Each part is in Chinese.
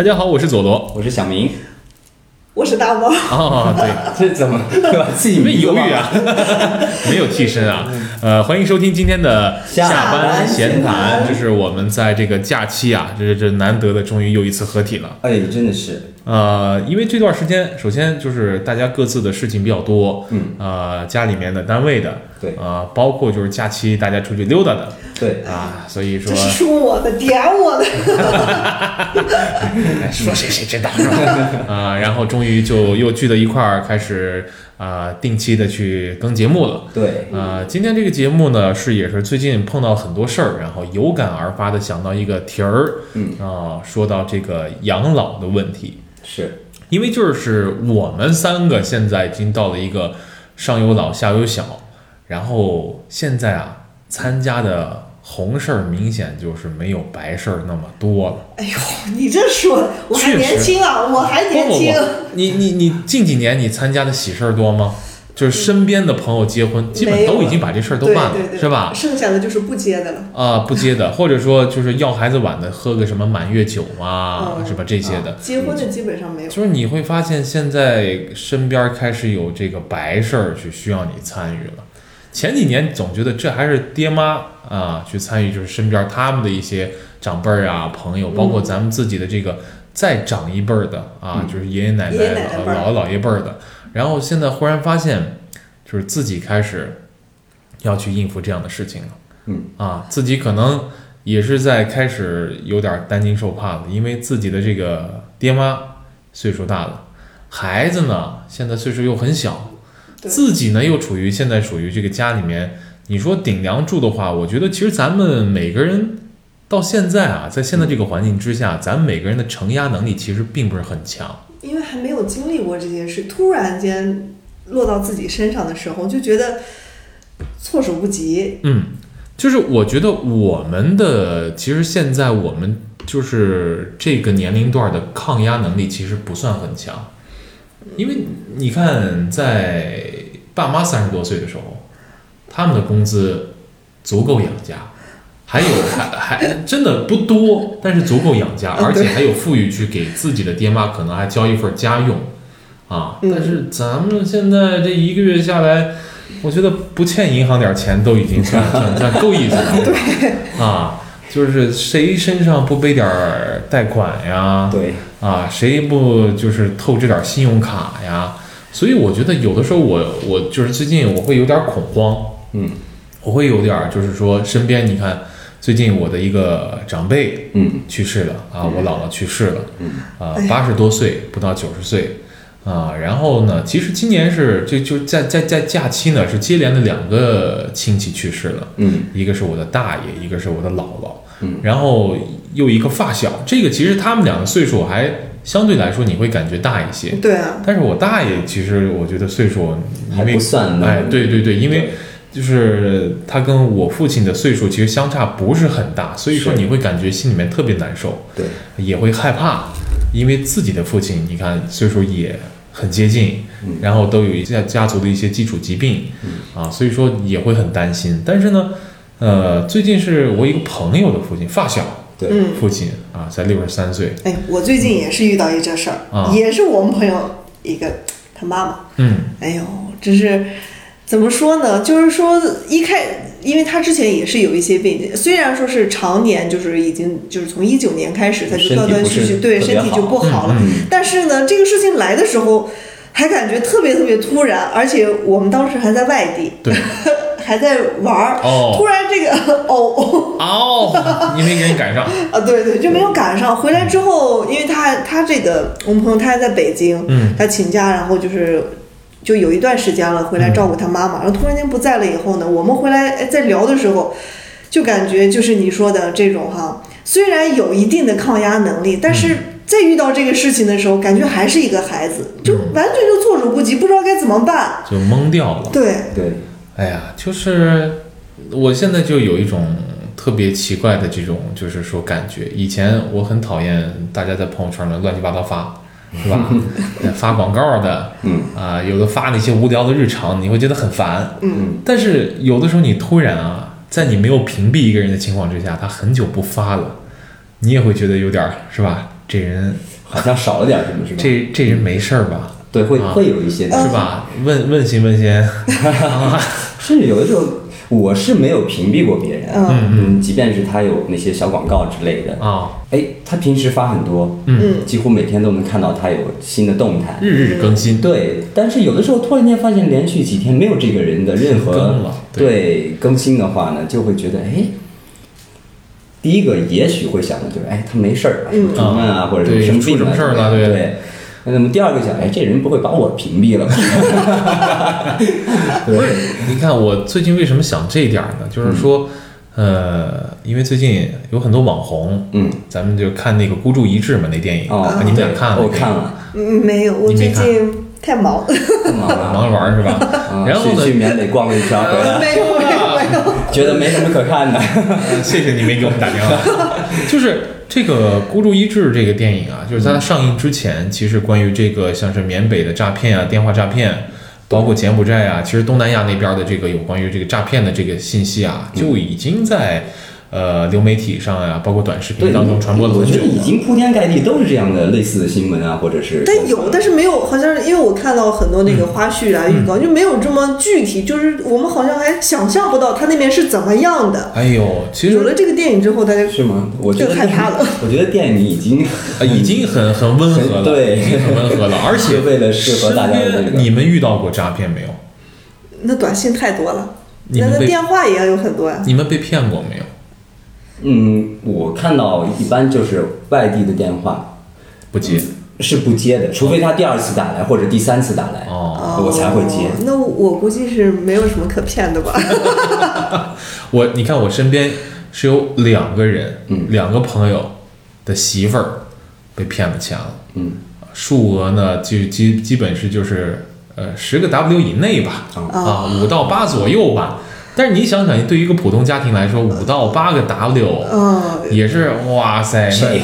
大家好，我是佐罗。我是小 明，我是大猫，哦， 对，这怎 么把自己因为迷犹了豫啊，没有替身啊。呃，欢迎收听今天的下班班闲闲谈，谈就是我们在这个假期啊，这这难得的终于又一次合体了。哎，真的是，呃，因为这段时间，首先就是大家各自的事情比较多，嗯，呃，家里面的、单位的，对呃，包括就是假期大家出去溜达的对，啊，所以说这，是说我的，点我的，哎说谁谁知道是吧？ 啊、然后终于就又聚到一块儿，开始啊、呃定期的去更节目了。对，呃，今天这个节目呢，是也是最近碰到很多事儿，然后有感而发的想到一个题儿，嗯啊、说到这个养老的问题，是，因为就是我们三个现在已经到了一个上有老下有小，然后现在啊，参加的红事儿明显就是没有白事儿那么多了。哎呦，你这说，我确还实年轻啊，我还不年不轻，不，你你你近几年你参加的喜事儿多吗？就是身边的朋友结婚，基本没有都已经把这事儿都对办了，对对，是吧？剩下的就是不接的了，啊、不接的，或者说就是要孩子晚的，喝个什么满月酒啊，嗯是吧？这些的，结婚的基本上没有。就是你会发现现在身边开始有这个白事儿去需要你参与了。前几年总觉得这还是爹妈啊去参与，就是身边他们的一些长辈儿啊、朋友，包嗯括咱们自己的这个再长一辈儿的啊，嗯就是爷爷奶奶、爷爷奶奶辈儿姥姥姥爷辈儿的。然后现在忽然发现，就是自己开始要去应付这样的事情了。嗯啊，自己可能也是在开始有点担惊受怕了，因为自己的这个爹妈岁数大了，孩子呢现在岁数又很小，对自己呢又处于现在属于这个家里面，你说顶梁柱的话，我觉得其实咱们每个人到现在啊，在现在这个环境之下，咱们每个人的承压能力其实并不是很强。因为还没有经历过这件事，突然间落到自己身上的时候，就觉得措手不及。嗯，就是我觉得我们的其实现在我们就是这个年龄段的抗压能力其实不算很强，因为你看，在爸妈三十多岁的时候，他们的工资足够养家。还有还还真的不多，但是足够养家，而且还有富裕去给自己的爹妈，可能还交一份家用，啊。嗯但是咱们现在这一个月下来，我觉得不欠银行点钱都已经算算算够意思了，啊。就是谁身上不背点儿贷款呀？对，啊，谁不就是透支点儿信用卡呀？所以我觉得有的时候我我就是最近我会有点儿恐慌，嗯我会有点儿，就是说身边你看，最近我的一个长辈嗯去世了啊，我姥姥去世了，嗯啊哎，呀八十多岁不到九十岁啊，然后呢，其实今年是就就在在在假期呢是接连的两个亲戚去世了，嗯一个是我的大爷，一个是我的姥姥，嗯然后又一个发小，这个其实他们俩的岁数还相对来说你会感觉大一些，对啊，但是我大爷其实我觉得岁数因还为不算那哎，么对对对，因为。就是他跟我父亲的岁数其实相差不是很大，所以说是你会感觉心里面特别难受，对，也会害怕，因为自己的父亲，你看岁数也很接近，嗯然后都有一些家族的一些基础疾病，啊，所以说也会很担心。但是呢，呃，最近是我一个朋友的父亲，发小对嗯，父亲啊，才六十三岁，哎，我最近也是遇到一这事儿，啊也是我们朋友一个他妈妈，嗯哎呦，真是怎么说呢？就是说一开，因为他之前也是有一些病的，虽然说是常年就是已经就是从一九年开始，他就身体断断不续是续，对特身别体就不好好了。嗯但是呢，这个事情来的时候。还感觉特别特别突然，而且我们当时还在外地，对， 还在玩儿。哦突然这个哦 哦，哦，你没给人赶上，啊，对对，就没有赶上。回来之后，因为他他这个我们朋友他还在北京，嗯他请假，然后就是就有一段时间了，回嗯来照顾他妈妈。然后突然间不在了以后呢，我们回来哎在聊的时候，就感觉就是你说的这种哈，虽然有一定的抗压能力，但是。嗯在遇到这个事情的时候，感觉还是一个孩子，就嗯完全就措手不及，不知道该怎么办。就懵掉了。对，对，哎呀，就是我现在就有一种特别奇怪的这种，就是说感觉。以前我很讨厌大家在朋友圈里乱七八糟发，是吧？发广告的，嗯啊、有的发那些无聊的日常，你会觉得很烦。嗯，但是有的时候你突然啊，在你没有屏蔽一个人的情况之下，他很久不发了，你也会觉得有点儿是吧？这人好像少了点什么，是吧？这这人没事儿吧？对，会啊会有一些，是吧？问问心问心，甚至有的时候我是没有屏蔽过别人，嗯嗯，即便是他有那些小广告之类的，啊，哎，他平时发很多，嗯几乎每天都能看到他有新的动态，日日更新，对，但是有的时候突然间发现连续几天没有这个人的任何停更了对对更新的话呢，就会觉得哎，第一个也许会想的就是哎他没事儿啊，什么嗯郁闷啊或者什么对生出病什么事儿了了，对对。那么第二个想，哎，这人不会把我屏蔽 了吧？不是， 你看我最近为什么想这一点儿呢？就是说，呃，因为最近有很多网红，嗯，咱们就看那个《孤注一掷》嘛，那电影，哦啊，你们俩对看了？我 看。了，嗯，没有，我你没最看近太 忙了，看了忙着玩儿是吧？啊然后去呢去？缅北逛了一圈回 来，没有，没有，没有。觉得没什么可看的。呃谢谢你没给我们打电话。 就是这个《孤注一掷》这个电影啊，就是在它嗯上映之前，其实关于这个像是缅北的诈骗啊、电话诈骗，包括柬埔寨啊，其实东南亚那边的这个有关于这个诈骗的这个信息啊，就嗯已经在呃流媒体上呀、包括短视频当中传播了我很觉久得已了。经铺天盖地都是这样的类似的新闻啊，或者是但有，但是没有，好像是因为我看到很多那个花絮嗯啊、预告，就没有这么具体，就是我们好像还想象不到他那边是怎么样的。哎呦，其有实了这个电影之后，大家是吗？我觉得就害怕了。 我觉得电影已经呃已经很很温和了，对已经很温和了， 而且是为了适合大家的这个身边你们遇到过诈骗没有？那短信太多了，你那们那被电话也要有很多呀、你们被骗过没有？嗯，我看到一般就是外地的电话不接是不接的，除非他第二次打来或者第三次打来，哦。哦我才会接。那我我估计是没有什么可 骗的吧？我你看我身边是有两个人，嗯两个朋友的媳妇儿被骗了钱了，呃嗯，数额呢就基基本是就是呃十个 W 以内吧，啊哦五到八左右吧。但是你想想，对于一个普通家庭来说，五到八个 W 嗯，也是哇塞，谁？那哎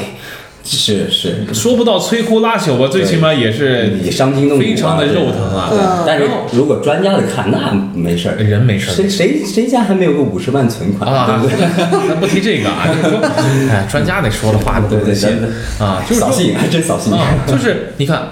是是，说不到摧枯拉朽吧，最起码也是你伤筋动骨啊，非常的肉疼对啊。嗯但是然后如果专家的看，那没事儿。人没事儿，谁谁谁家还没有个五十万存款，啊， 对不对？咱不提这个啊，就是说，哎，专家那说的话都对不对信对啊，就是扫说兴，还真扫兴。啊，就是你看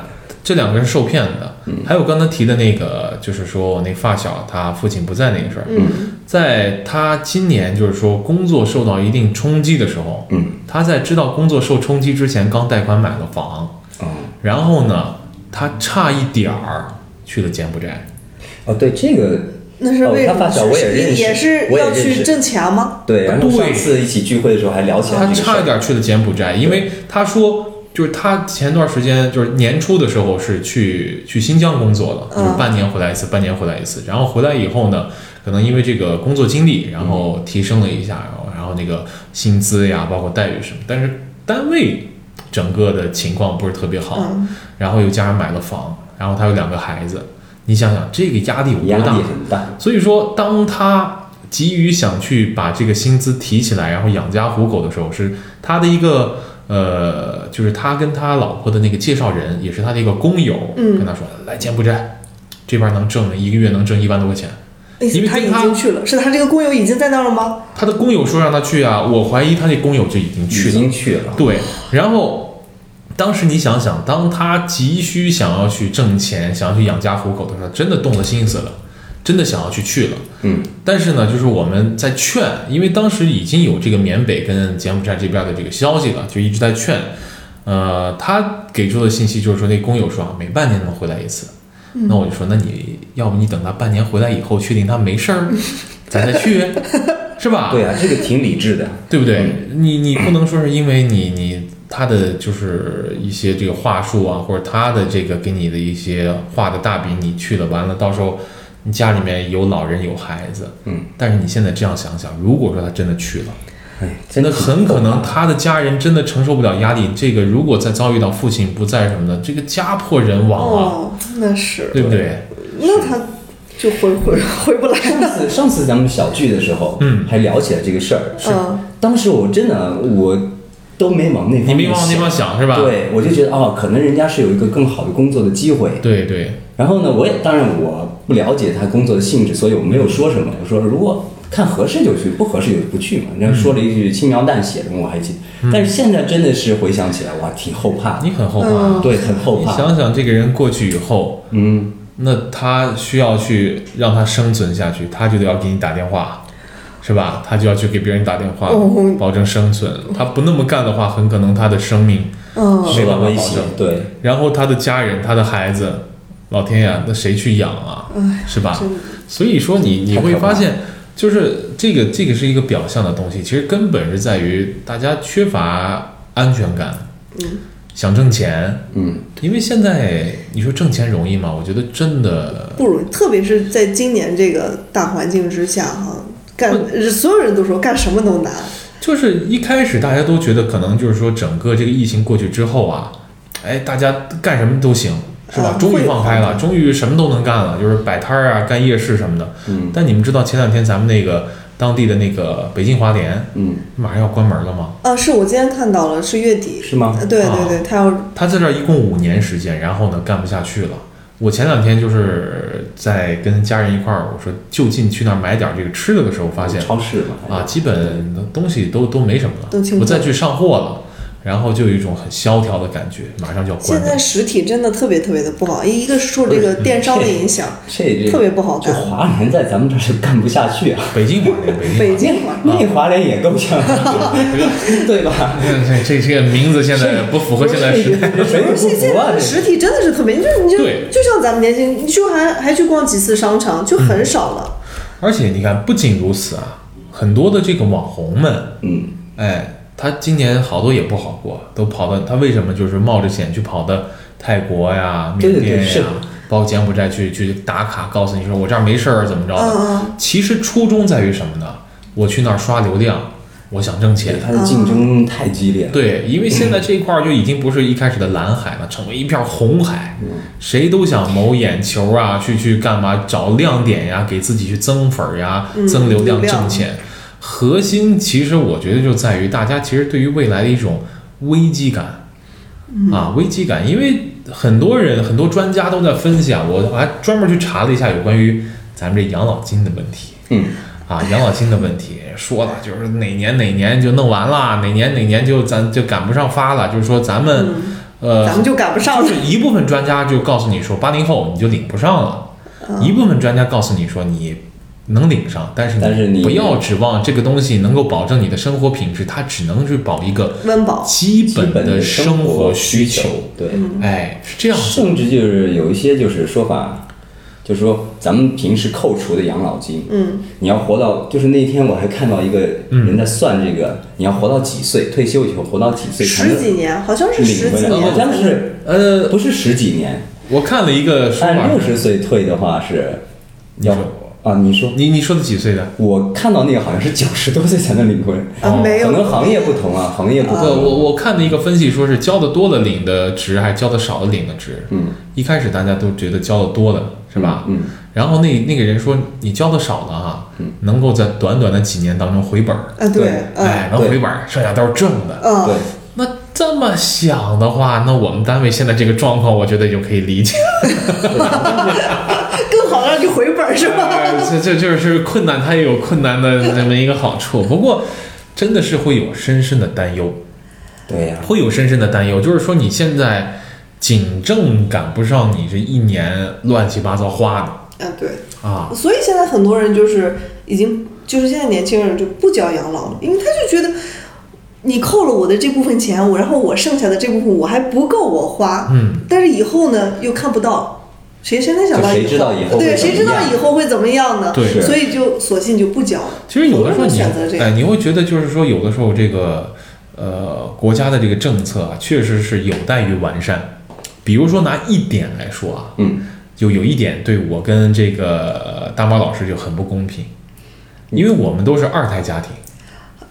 这两个人受骗的，嗯还有刚才提的那个，就是说我那发小他父亲不在那个事儿，嗯在他今年就是说工作受到一定冲击的时候，嗯，他在知道工作受冲击之前，刚贷款买了房，哦然后呢，他差一点儿去了柬埔寨，哦，对这个，那是为什哦他发么？小我也是认识也是我也要认去识挣钱吗？对，然后对上次一起聚会的时候还聊起来他这个事差一儿，点去了柬埔寨，因为他说。就是他前段时间，就是年初的时候是去去新疆工作的，就是嗯半年回来一次，半年回来一次。然后回来以后呢，可能因为这个工作经历，然后提升了一下，然后然后那个薪资呀，包括待遇什么，但是单位整个的情况不是特别哦好，嗯然后又加上买了房，然后他有两个孩子，你想想这个压力有压多大？力很大。所以说，当他急于想去把这个薪资提起来，然后养家糊口的时候，是他的一个呃，就是他跟他老婆的那个介绍人，也是他的一个工友，嗯跟他说来柬埔寨，这边能挣一个月能挣一万多块钱。意思因为哎他跟已他经去了，是他这个工友已经在那儿了吗？他的工友说让他去啊，我怀疑他那工友就已经去已了。经去了，对，然后当时你想想，当他急需想要去挣钱，想要去养家糊口的时候，真的动了心思了，真的想要去去了。嗯，但是呢，就是我们在劝，因为当时已经有这个缅北跟柬埔寨这边的这个消息了，就一直在劝。呃，他给出的信息就是说，那工友说啊，每半年能回来一次。那我就说，那你要不你等他半年回来以后，确定他没事儿，咱再去，是吧？对啊，这个挺理智的。对不对？你你不能说是因为你你他的就是一些这个话术啊，或者他的这个给你的一些画的大饼，你去了完了，到时候你家里面有老人有孩子，嗯，但是你现在这样想想，如果说他真的去了，哎，真真的的挺很可能可怕他的家人真的承受不了压力，这个如果再遭遇到父亲不在什么的，这个家破人亡啊，哦，那是，对不对？那他就回回回不来上了。 次上次咱们小聚的时候，嗯还聊起来这个事儿。嗯，当时我真的我都没往那方面你没往那方想是吧？对，我就觉得哦，可能人家是有一个更好的工作的机会。对对，然后呢，我也当然我不了解他工作的性质，所以我没有说什么。我说如果看合适就去，不合适就不去嘛。人嗯家说了一句轻描淡写的，我还记得。但是现在真的是回想起来，哇，挺后怕的你，很后怕。嗯对，很后你怕。想想，这个人过去以后，嗯，那他需要去让他生存下去，他就得要给你打电话，是吧？他就要去给别人打电话哦，保证生存。他不那么干的话，很可能他的生命，嗯，没受办到法威保胁证，对，然后他的家人、他的孩子，老天呀，那谁去养啊？哎，是吧？真的所以说你你太可会怕发了现，就是这个这个是一个表象的东西，其实根本是在于大家缺乏安全感，嗯，想挣钱，嗯，因为现在你说挣钱容易吗？我觉得真的不容易，特别是在今年这个大环境之下哈，干所有人都说干什么都难，就是一开始大家都觉得可能就是说整个这个疫情过去之后啊，哎，大家干什么都行，是吧？嗯终于会啊放开了，终于什么都能干了，就是摆摊儿啊、干夜市什么的。嗯但你们知道前两天咱们那个当地的那个北京华联嗯，马上要关门了吗？啊，是我今天看到了，是月底，是吗？呃对啊对对，他要他在这儿一共五年时间，然后呢干不下去了。我前两天就是在跟家人一块儿，我说就近去那儿买点儿这个吃的的时候，发现超市嘛，啊，基本东西都都没什么哦都了，清不楚再去上货了，然后就有一种很萧条的感觉，马上就要关现在门。实体真的特别特别的不好，一个是受这个电商的 影响，这这特别不好这干。华人在咱们这儿就干不下去啊，北京华联，北北京京嘛，那华人也够呛， 对吧？华联， 这这这个名字现在不符合现在时代。水不土是不现服啊在，的这实体真的是特别，你就你就对就像咱们年轻，你就还还去逛几次商场，就很少了。而且你看，不仅如此啊，很多的这个网红们，嗯，哎，他今年好多也不好过，都跑到他为什么就是冒着险去跑到泰国呀、对缅对对甸呀是，包括柬埔寨去去打卡，告诉你说我这儿没事儿怎么着的。嗯其实初衷在于什么呢？我去那儿刷流量，我想挣钱 对，。他的竞争太激烈了。对，因为现嗯在这一块儿就已经不是一开始的蓝海了，成为一片红海，谁都想谋眼球啊，去去干嘛找亮点呀，给自己去增粉儿呀，嗯增流量流量挣钱。核心其实我觉得就在于大家其实对于未来的一种危机感，嗯啊，危机感，因为很多人很多专家都在分析啊，我还专门去查了一下有关于咱们这养老金的问题。嗯，啊，养老金的问题说了，就是哪年哪年就弄完了，哪年哪年就咱就赶不上发了，就是说咱们，嗯，咱呃，们就赶不上就了。是一部分专家就告诉你说，八零后你就领不上了，嗯一部分专家告诉你说你能领上，但是但是你不要指望这个东西能够保证你的生活品质，它只能去保一个温饱，基基本本的生生活需求求。，对，嗯嗯哎，是这样子。甚至就是有一些就是说法，就是说咱们平时扣除的养老金，嗯，你要活到，就是那天我还看到一个人在算这个，你要活到几岁，退休以后活到几岁才能十几年好像是十领回几来，年，好像是呃，不是十几年？我看了一个说法按，六十岁退的话是你要说啊，你说。你你说的几岁的？我看到那个好像是九十多岁才能领回来，啊没有可能行业不同啊，行业不同。我我我看的一个分析说是交的多的领的值，还是交的少的领的值。嗯，一开始大家都觉得交的多的是吧？嗯，然后那那个人说你交的少了啊，能够在短短的几年当中回本儿，对啊，对，嗯哎，能对回本儿，剩下都是挣的。嗯，对，那这么想的话，那我们单位现在这个状况，我觉得就可以理解。 更好让你回本儿是吧？呃这这就是困难，它也有困难的这么一个好处。不过，真的是会有深深的担忧。对呀、会有深深的担忧，就是说你现在仅正赶不上你这一年乱七八糟花啊，对，的啊，所以现在很多人就是已经就是现在年轻人就不交养老了，因为他就觉得你扣了我的这部分钱，我然后我剩下的这部分我还不够我花，嗯，但是以后呢又看不到。谁谁能想到就以后？谁知道以后会对，谁知怎么道样以后会怎么样呢？对是所以就索性就不交了。其实有的时候很多人你选择这哎，样，你会觉得就是说有的时候这个呃国家的这个政策啊，确实是有待于完善。比如说拿一点来说啊，嗯，就有一点对我跟这个大猫老师就很不公平，因为我们都是二胎家庭。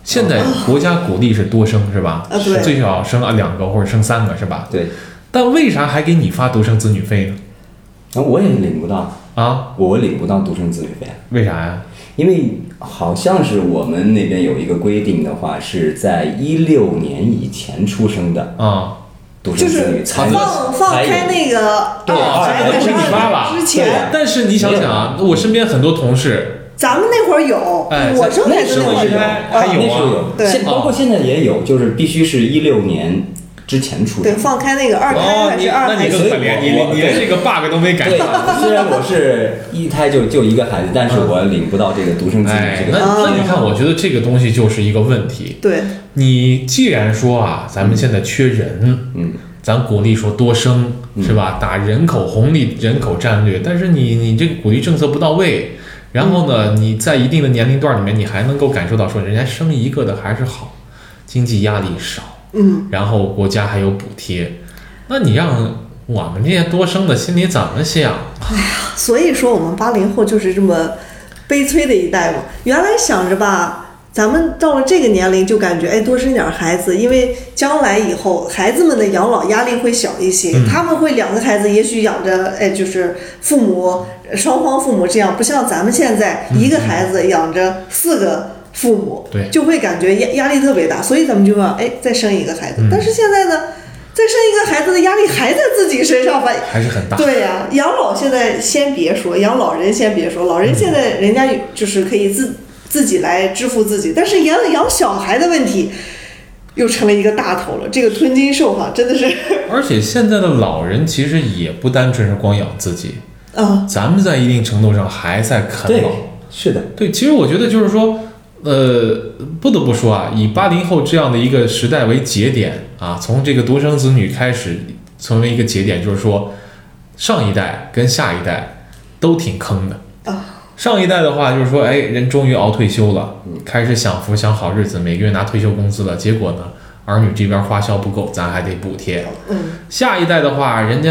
现在国家鼓励是多生是吧？哦啊对最少生啊两个或者生三个是吧？对，但为啥还给你发独生子女费呢？然后我也领不到，啊，我领不到独生子女费，为啥呀？因为好像是我们那边有一个规定的话，是在一六年以前出生的啊，独就生子是女才能放放才有开那个对二二胎胎还是给你发吧二对胎之前呀，啊但是你想想啊，我身边很多同事，咱们那那会儿有，哎我生孩那子时那候会我儿是有，还还有啊那时候有，对现包括现在也有，就是必须是一六年之前出的。对，放开那个二胎哦，还你是二那胎你个更可怜，你所以我你你连这个 bug 都没赶对上。，虽然我是一胎就就一个孩子，但是我领不到这个独生子女哎这，那个。那你看，我觉得这个东西就是一个问题。对，你既然说啊，咱们现在缺人，嗯，咱鼓励说多生是吧？打人口红利、人口战略，但是你你这个鼓励政策不到位，然后呢，你在一定的年龄段里面，你还能够感受到说人家生一个的还是好，经济压力少，嗯，然后国家还有补贴，那你让我们这些多生的心里怎么想？所以说我们八零后就是这么悲催的一代嘛。原来想着吧，咱们到了这个年龄就感觉哎多生点孩子，因为将来以后孩子们的养老压力会小一些，他们会两个孩子也许养着哎就是父母呃双方父母这样，不像咱们现在一个孩子养着四个。父母对就会感觉压压力特别大，所以咱们就要哎再生一个孩子。但是现在呢，再生一个孩子的压力还在自己身上吧，还是很大。对呀、养老现在先别说，养老人先别说，老人现在人家就是可以自自己来支付自己，但是养养小孩的问题又成了一个大头了。这个吞金兽哈，真的是， 而且现在的老人其实也不单纯是光养自己，啊，咱们在一定程度上还在啃对老。，是的，对，其实我觉得就是说，呃，不得不说啊，以八零后这样的一个时代为节点啊，从这个独生子女开始成为一个节点，就是说，上一代跟下一代都挺坑的啊。上一代的话就是说，哎，人终于熬退休了，嗯开始享福享好日子，每个月拿退休工资了。结果呢，儿女这边花销不够，咱还得补贴。嗯，下一代的话，人家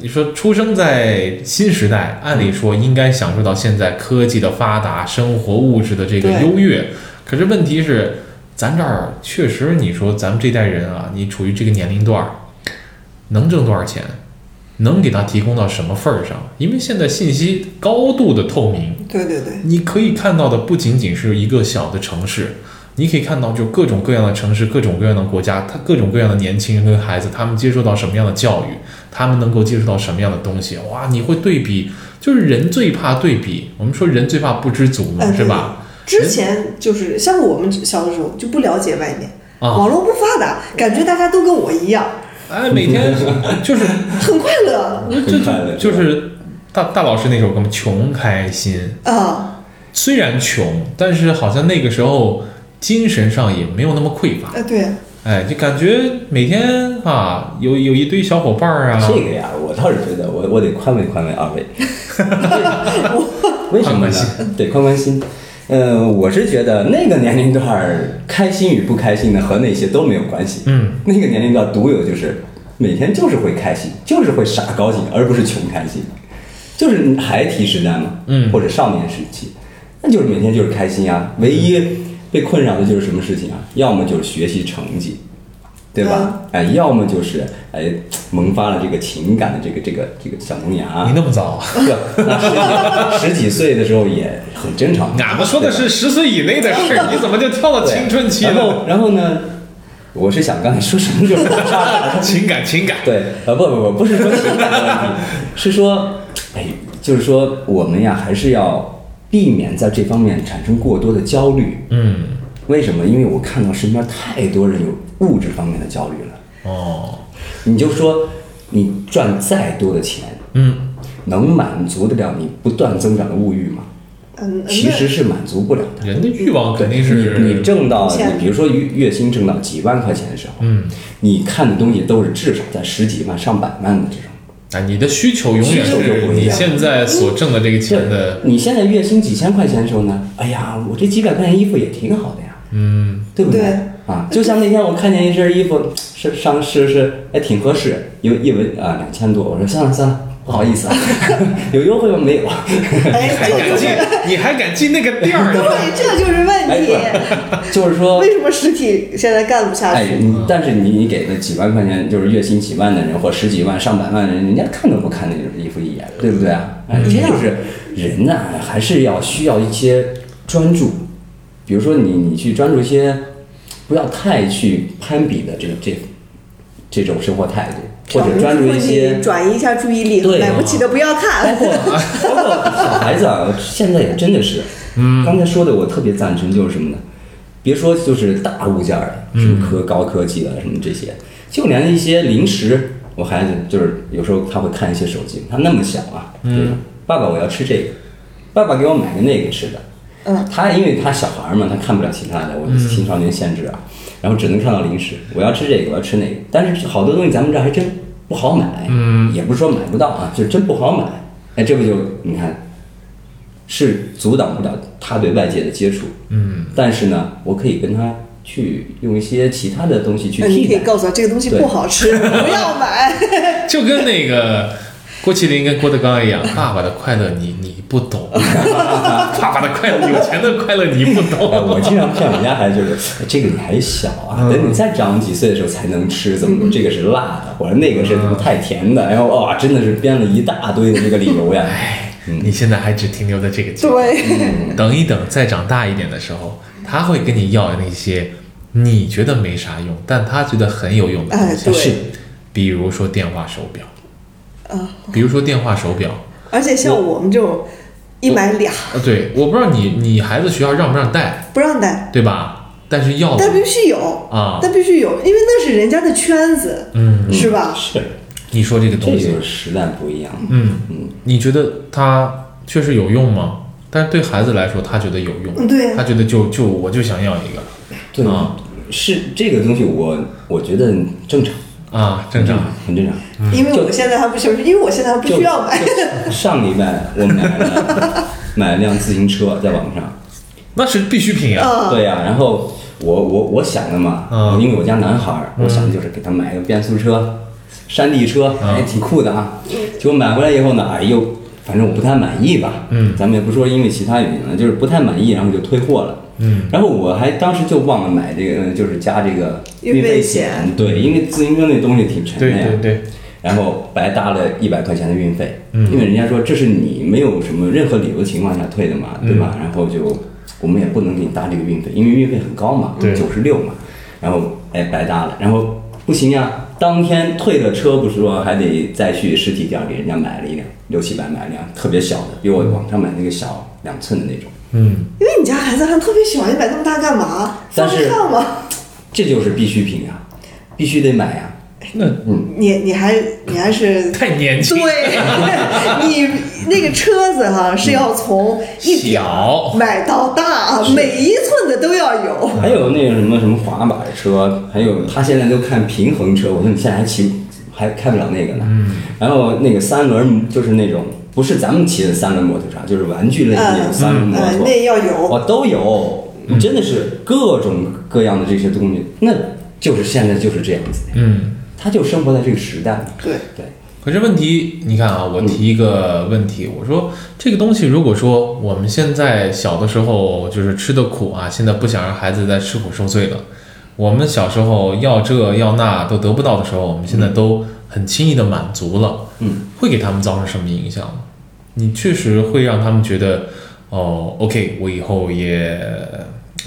你说出生在新时代，按理说应该享受到现在科技的发达、生活物质的这个对优越。可是问题是，咱这儿确实，你说咱们这代人啊，你处于这个年龄段儿，能挣多少钱，能给他提供到什么份儿上？因为现在信息高度的透明，对对对，你可以看到的不仅仅是一个小的城市，你可以看到就各种各样的城市、各种各样的国家，他各种各样的年轻人跟孩子，他们接受到什么样的教育，他们能够接受到什么样的东西。哇，你会对比，就是人最怕对比。我们说人最怕不知足嘛，哎是吧？之前就是像我们小的时候就不了解外面，啊，网络不发达，感觉大家都跟我一样，哎，每天 就是很快乐就很快乐，就吧是大大老师那首歌嘛，穷开心。啊，虽然穷，但是好像那个时候精神上也没有那么匮乏。哎对，哎，就感觉每天啊，有有一堆小伙伴儿啊，这个呀，我倒是觉得我我得宽慰宽慰二 位，为什宽么宽呢心？得宽宽心。呃，我是觉得那个年龄段儿开心与不开心呢，和那些都没有关系。嗯，那个年龄段独有就是每天就是会开心，就是会傻高兴，而不是穷开心，就是孩提时代嘛，嗯或者少年时期，那就是每天就是开心啊。唯一被困扰的就是什么事情啊？要么就是学习成绩，对吧？哎，要么就是哎萌发了这个情感的这个这个这个小萌芽。你那么早啊？对，那十几十几岁的时候也很正常。俺们说的 是十岁以内的事儿，你怎么就跳到对青春期然了？后，然后呢？我是想刚才说什么就是我插话了 情感，情感，对，呃，不不不，不是说情感的问题，是说，哎，就是说我们呀，还是要避免在这方面产生过多的焦虑。嗯，为什么？因为我看到身边太多人有物质方面的焦虑了。哦，你就说，你赚再多的钱，嗯，能满足得了你不断增长的物欲吗？嗯，其实是满足不了的。人的欲望肯定是你你挣到钱你比如说月月薪挣到几万块钱的时候，嗯，你看的东西都是至少在十几万上百万的这种。啊，你的需求永远需求是就不一样你现在所挣的这个钱的，你现在月薪几千块钱的时候呢，哎呀，我这几百块钱衣服也挺好的呀，嗯，对不对？对啊，就像那天我看见一身衣服是上市是哎挺合适，一一闻啊两千多，我说算了算了，不好意 思啊， 有优惠吗？没有。 哎，还这个敢就是进，你还敢进那个店儿呢？对，这就是哎，问题。对，就是说为什么实体现在干不下哎去？，你但是你你给那几万块钱，就是月薪几万的人或十几万、上百万的人，人家看都不看那种衣服一眼，对不对啊？哎，这就是人呐、还是要需要一些专注，比如说你你去专注一些，不要太去攀比的这这这种生活态度，或者专注一些转移一下注意力，对买不起的不要包看。括包括小孩子啊，现在也真的是，嗯，刚才说的我特别赞成，就是什么呢？别说就是大物件儿了，什么科高科技啊，什么这些，就连一些零食，我孩子就是有时候他会看一些手机，他那么小啊，嗯，爸爸我要吃这个，爸爸给我买个那个吃的，嗯，他因为他小孩儿嘛，他看不了其他的，我的青少年限制啊，然后只能看到零食，我要吃这个，我要吃那个，但是好多东西咱们这儿还真不好买，嗯，也不是说买不到啊，就是真不好买，哎，这不就你看是阻挡不了他对外界的接触，嗯，但是呢，我可以跟他去用一些其他的东西 去那嗯你替可以代。告诉他这个东西对不 好吃，不要买。 就跟那个郭麒麟跟郭德纲一样，爸爸的快乐你你不懂，爸爸的快乐，有钱的快乐你不 哎懂。我经常骗我们家孩子，就是哎这个你还小啊，嗯等你再长几岁的时候才能吃，怎么怎么这个是辣的，或者那个是嗯怎么太甜的，然后哇，真的是编了一大堆的这个理由呀。你现在还只停留在这个阶段，嗯对，等一等，再长大一点的时候，他会跟你要那些你觉得没啥用，但他觉得很有用的东西，哎对是，比如说电话手表，啊，比如说电话手表，而且像我们这种一买俩啊，对，我不知道你你孩子学校让不让带，不让带，对吧？但是哦要的但必须有啊但必须有，因为那是人家的圈子，嗯，是吧？是，你说这个这哎东西就是，时代不一样。嗯，你觉得它确实有用吗？但是对孩子来说，他觉得有用，嗯对啊他觉得就就我就想要一个对啊，是这个东西我我觉得正常，啊，正常，很正常。 因为我现在还不需要，因为我现在还不嗯就需要买。就上礼拜我买了买了辆自行车，在网上。那是必需品啊，啊，对呀、然后我我我想的嘛，嗯因为我家男孩儿，我想的就是给他买一个变速车，山地车，嗯哎，挺酷的啊。结果买回来以后呢，哎呦，反正我不太满意吧，嗯咱们也不说因为其他原因了，就是不太满意，然后就退货了。嗯，然后我还当时就忘了买这个，就是加这个运费费险对，因为自行车那东西挺沉的对呀。对对，然后白搭了一百块钱的运费，嗯因为人家说这是你没有什么任何理由的情况下退的嘛，嗯对吧？然后就我们也不能给你搭这个运费，因为运费很高嘛，对九十六嘛，然后哎白搭了，然后不行呀，当天退的车不是说还得再去实体店给人家买了一辆六七百买了一辆特别小的，比我网上买那个小两寸的那种，嗯，因为你家孩子还特别小，你买那么大干嘛？但放是着看嘛。这就是必需品呀，必须得买呀。那你你还你还是太年轻，对， 你那个车子哈、是要从一点小买到大，每一寸的都要有。还有那个什么什么滑板车，还有他现在都看平衡车，我说你现在还骑还开不了那个呢。嗯然后那个三轮就是那种不是咱们骑的三轮摩托车，就是玩具类的那种三轮摩呃，托，那要有，我都有，嗯真的是各种各样的这些东西，那就是现在就是这样子的，嗯，他就生活在这个时代。对，对，可是问题，你看啊，我提一个问题，我说这个东西，如果说我们现在小的时候就是吃的苦啊，现在不想让孩子再吃苦受罪了，我们小时候要这要那都得不到的时候，我们现在都很轻易的满足了，嗯，会给他们造成什么影响吗？你确实会让他们觉得，哦，OK，我以后也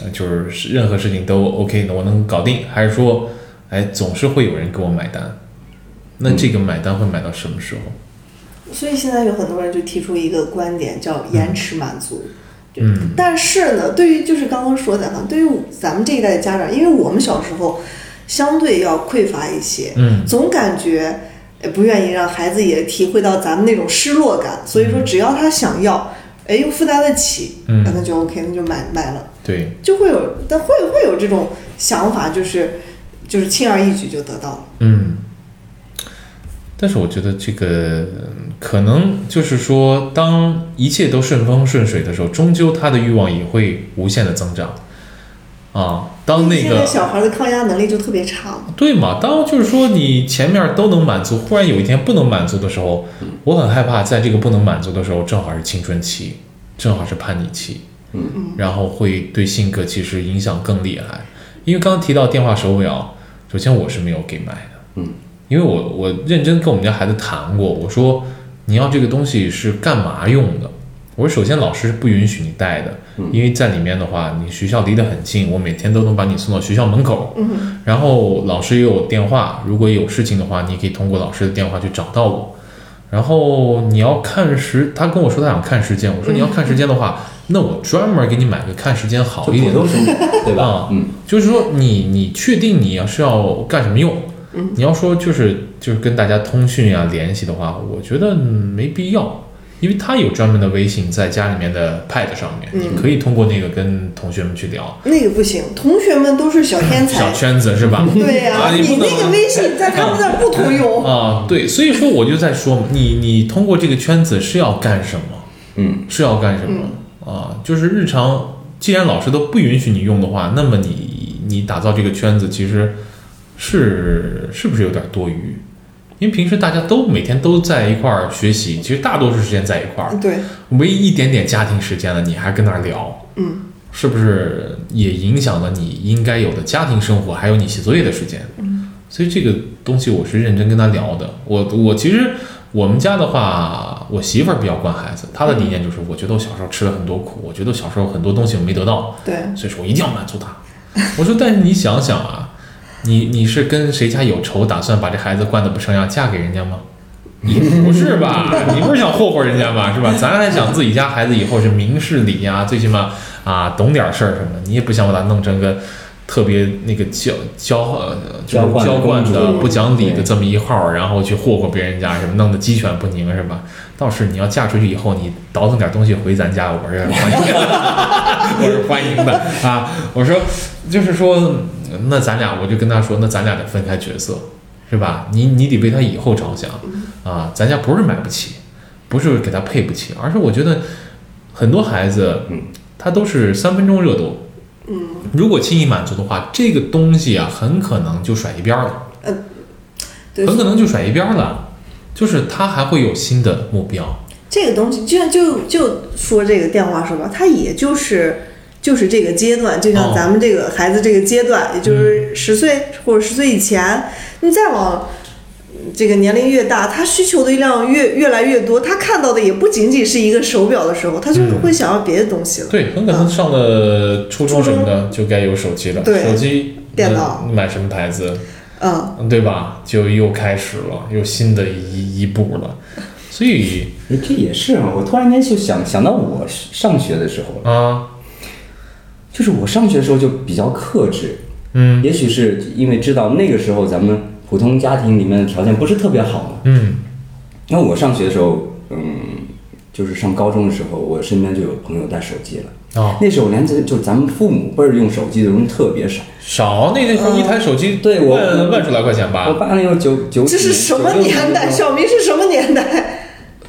呃就是任何事情都 OK 的，我能搞定，还是说，哎，总是会有人给我买单？那这个买单会买到什么时候？所以现在有很多人就提出一个观点，叫延迟满足。嗯，但是呢，对于就是刚刚说的哈，啊对于咱们这一代的家长，因为我们小时候相对要匮乏一些，嗯，总感觉呃不愿意让孩子也体会到咱们那种失落感，所以说只要他想要，哎，又负担得起，嗯那就 OK，那就买买了。对，就会有，但会会有这种想法，就是就是轻而易举就得到了。嗯。但是我觉得这个嗯可能就是说，当一切都顺风顺水的时候，终究他的欲望也会无限的增长。啊，当那现个在小孩的抗压能力就特别差嘛，对嘛？当就是说你前面都能满足，忽然有一天不能满足的时候，我很害怕，在这个不能满足的时候，正好是青春期，正好是叛逆期，嗯，然后会对性格其实影响更厉害。因为刚刚提到电话手表，首先我是没有给买的，嗯，因为我我认真跟我们家孩子谈过，我说你要这个东西是干嘛用的？我说首先老师是不允许你带的，因为在里面的话，你学校离得很近，我每天都能把你送到学校门口。嗯，然后老师也有电话，如果有事情的话，你可以通过老师的电话去找到我。然后你要看时，他跟我说他想看时间，我说你要看时间的话，那我专门给你买个看时间好就一点普的通生对吧 啊？嗯，就是说你你确定你要是要干什么用？嗯你要说就是就是跟大家通讯啊联系的话，我觉得没必要，因为他有专门的微信在家里面的 Pad 上面，嗯你可以通过那个跟同学们去聊那个不行，同学们都是小天小才，圈子是吧？对呀、啊你不你能那个微信在他们那儿不通 用。啊，对，所以说我就在说嘛，你你通过这个圈子是要干什么？嗯，是要干什么、啊？就是日常，既然老师都不允许你用的话，那么你你打造这个圈子其实是是不是有点多余？因为平时大家都每天都在一块儿学习，其实大多数时间在一块儿，对，唯一一点点家庭时间了，你还跟那儿聊，嗯，是不是也影响了你应该有的家庭生活，还有你写作业的时间？嗯，所以这个东西我是认真跟他聊的。我我其实我们家的话，我媳妇儿比较管孩子，她的理念就是，我觉得我小时候吃了很多苦，我觉得我小时候很多东西我没得到，对，所以说我一定要满足他。我说，但是你想想啊，你你是跟谁家有仇，打算把这孩子惯得不成样，嫁给人家吗？也不是吧，你不是想霍霍人家吧，是吧？咱还想自己家孩子以后是明事理呀、最起码啊懂点事儿什么的，你也不想把他弄成个特别那个娇娇呃就是娇惯的娇惯的公主不讲理的对这么一号儿，然后去霍霍别人家什么，弄得鸡犬不宁是吧？倒是你要嫁出去以后，你倒腾点东西回咱家，我是欢迎的， 我是欢迎的啊！我说，就是说，那咱俩，我就跟他说，那咱俩得分开角色，是吧？你你得为他以后着想啊！咱家不是买不起，不是给他配不起，而是我觉得很多孩子，他都是三分钟热度，嗯，如果轻易满足的话，这个东西啊，很可能就甩一边儿了。对很可能就甩一边儿了，就是他还会有新的目标。这个东西，就像就就说这个电话是吧？它也就是就是这个阶段，就像哦咱们这个孩子这个阶段，也就是嗯十岁或者十岁以前，你再往嗯这个年龄越大，他需求的量越越来越多，他看到的也不仅仅是一个手表的时候，他就是会想要别的东西了。对，很可能上了初中什么的就该有手机了，对手机、电脑嗯买什么牌子，嗯，对吧？就又开始了，又新的一一步了。所以哎，这也是啊，我突然间就想想到我上学的时候了，啊，就是我上学的时候就比较克制，嗯也许是因为知道那个时候咱们普通家庭里面的条件不是特别好嘛。嗯那我上学的时候，嗯，就是上高中的时候，我身边就有朋友带手机了。哦，那时候连咱就咱们父母辈儿用手机的人特别少。少那那时候一台手机嗯对我万万十来块钱我吧，爸那时候九九这是几什么96 年代？小明是什么年代？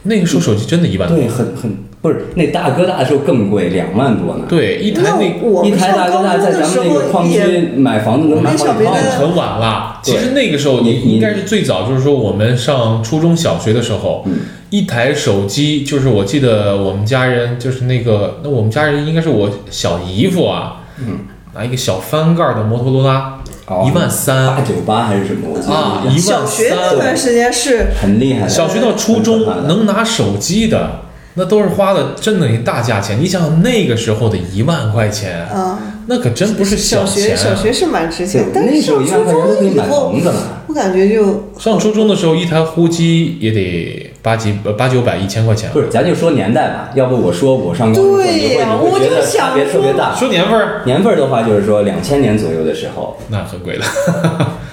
那个时候手机真的一万多，对，很很不是那大哥大的时候更贵，两万多呢。，对，一台那那我一们台上大高哥大中在的咱时们那个候矿也区买房子能买好我几们套小学哦，的呢。很晚了。对其实那个时候你应该是最早，就是说我们上初中小学的时候，嗯一台手机，就是我记得我们家人就是那个，那我们家人应该是我小姨夫啊，嗯，拿一个小翻盖的摩托罗拉，哦一万三八九八还是什么？我记得啊，印象一小万学那三，段时间是很厉害的。小学到初中很可怕的能拿手机的，那都是花的真的一大价钱。你想想那个时候的一万块钱，啊，那可真不是小钱学啊。小学是蛮值对钱，，但那是时候上一初万块钱都可中以以买后房子了。我感觉就上初中的时候，一台呼机也得八几呃八九百一千块钱。不是，咱就说年代吧，要不我说我上高中的时候对你会呀你会觉我得就想差别特别大。说年份儿，年份儿的话，就是说两千年左右的时候，那很贵了。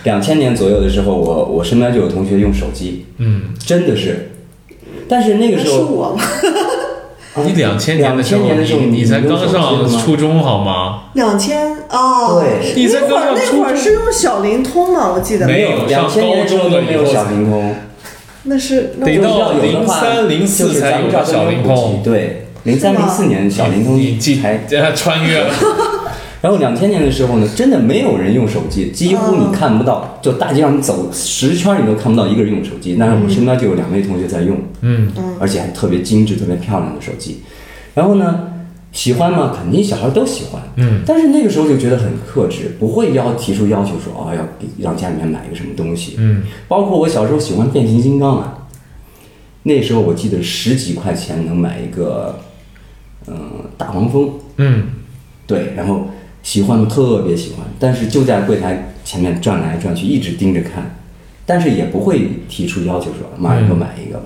两千年左右的时候，我我身边就有同学用手机，嗯，真的是。但是那个那时是候，我吗？你两千年的时候， 2000年的时候你你才用刚手机上了吗初中好吗？两千哦，对你在那会高儿上那初会儿中是用小灵通嘛，我记得没有上两千年的时候高中了都没以有后小灵通，那是那得就是我到要有的话03 04就是才咱们有这儿小灵都没有通普及对，零三零四年小灵通你记才这穿越了，然后两千年的时候呢，真的没有人用手机，几乎你看不到，就大街上走十圈你都看不到一个人用手机。但是我身边就有两位同学在用，嗯，而且还特别精致、特别漂亮的手机。然后呢，喜欢嘛，肯定小孩都喜欢，嗯。但是那个时候就觉得很克制，不会要提出要求说哦要给让家里面买一个什么东西，嗯。包括我小时候喜欢变形金刚啊，那时候我记得十几块钱能买一个嗯、大黄蜂，嗯对，然后喜欢特别喜欢，但是就在柜台前面转来转去，一直盯着看，但是也不会提出要求说买一个买一个吧，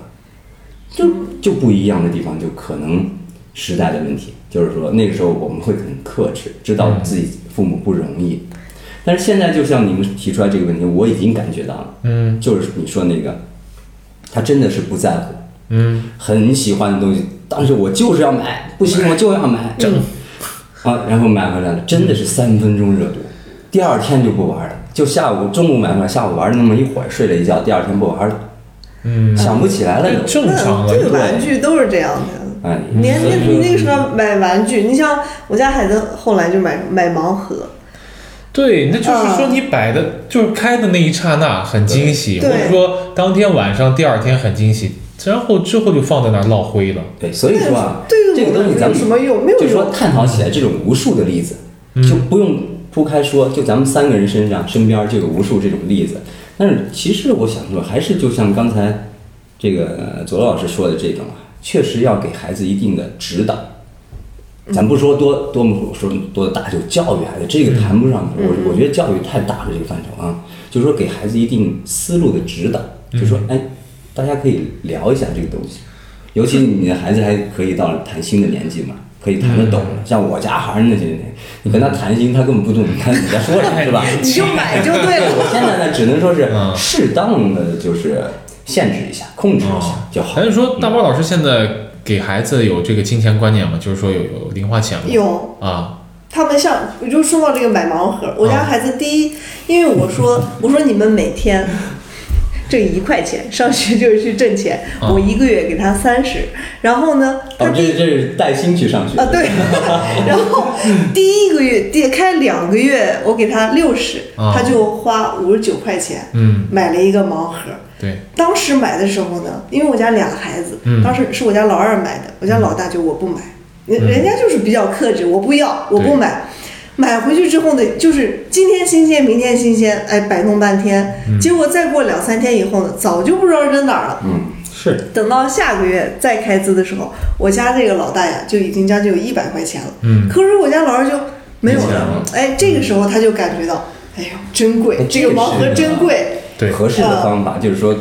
就就不一样的地方就可能时代的问题，就是说那个时候我们会很克制，知道自己父母不容易，但是现在就像你们提出来这个问题，我已经感觉到了，嗯就是你说那个，他真的是不在乎，嗯很喜欢的东西，当时我就是要买，不行我就要买，整啊，然后买回来了，真的嗯是三分钟热度，第二天就不玩了，就下午中午买回来，下午玩了那么一会儿，睡了一觉，第二天不玩了，嗯，想不起来了这都，正常啊那，这个对玩具都是这样的。哎，连所以那说嗯你那个时候买玩具，你像我家孩子后来就买买盲盒，对，那就是说你摆的，就是开的那一刹那很惊喜，或啊对者说当天晚上、第二天很惊喜，然后之后就放在那儿落灰了。对，所以说啊，对这于个东我们西没咱有们什么用，没有就说用。探讨起来这种无数的例子，就不用铺开说，就咱们三个人身上身边就有无数这种例子。但是其实我想说，还是就像刚才这个呃左老师说的这种啊，确实要给孩子一定的指导。嗯咱不说多多么说多大，就教育孩子这个谈不上，嗯我我觉得教育太大了这个范畴啊，就是说给孩子一定思路的指导，嗯就说哎，大家可以聊一下这个东西，尤其你的孩子还可以到谈心的年纪嘛，可以谈得懂嗯了。像我家孩儿那些人，你跟他谈心，他根本不懂你看你在说什 么，是吧？你就买哎就对我 了。现在呢，只能说是嗯适当的就是限制一下，控制一下嗯就好还。是说大包老师现在给孩子有这个金钱观念吗？就是说有有零花钱吗？有啊，他们像，我就说到这个买盲盒，我家孩子第一，因为我说啊我说你们每天挣一块钱，上学就是去挣钱，啊我一个月给他三十，然后呢，他哦，第这这是带薪去上学啊 对，然后第一个月第开两个月我给他六十，啊他就花五十九块钱嗯，买了一个盲盒。对，当时买的时候呢，因为我家俩孩子，嗯当时是我家老二买的，我家老大就我不买，人、人家就是比较克制，我不要，我不买。买回去之后呢，就是今天新鲜，明天新鲜，哎，摆弄半天，嗯结果再过两三天以后呢，早就不知道扔哪儿了。嗯，是等到下个月再开支的时候，我家这个老大呀，就已经将近有一百块钱了。嗯，可是我家老二就没有没钱了了。哎，这个时候他就感觉到，哎呦，真贵哎，这个这个盲盒是真贵。对，嗯合适的方法，就是说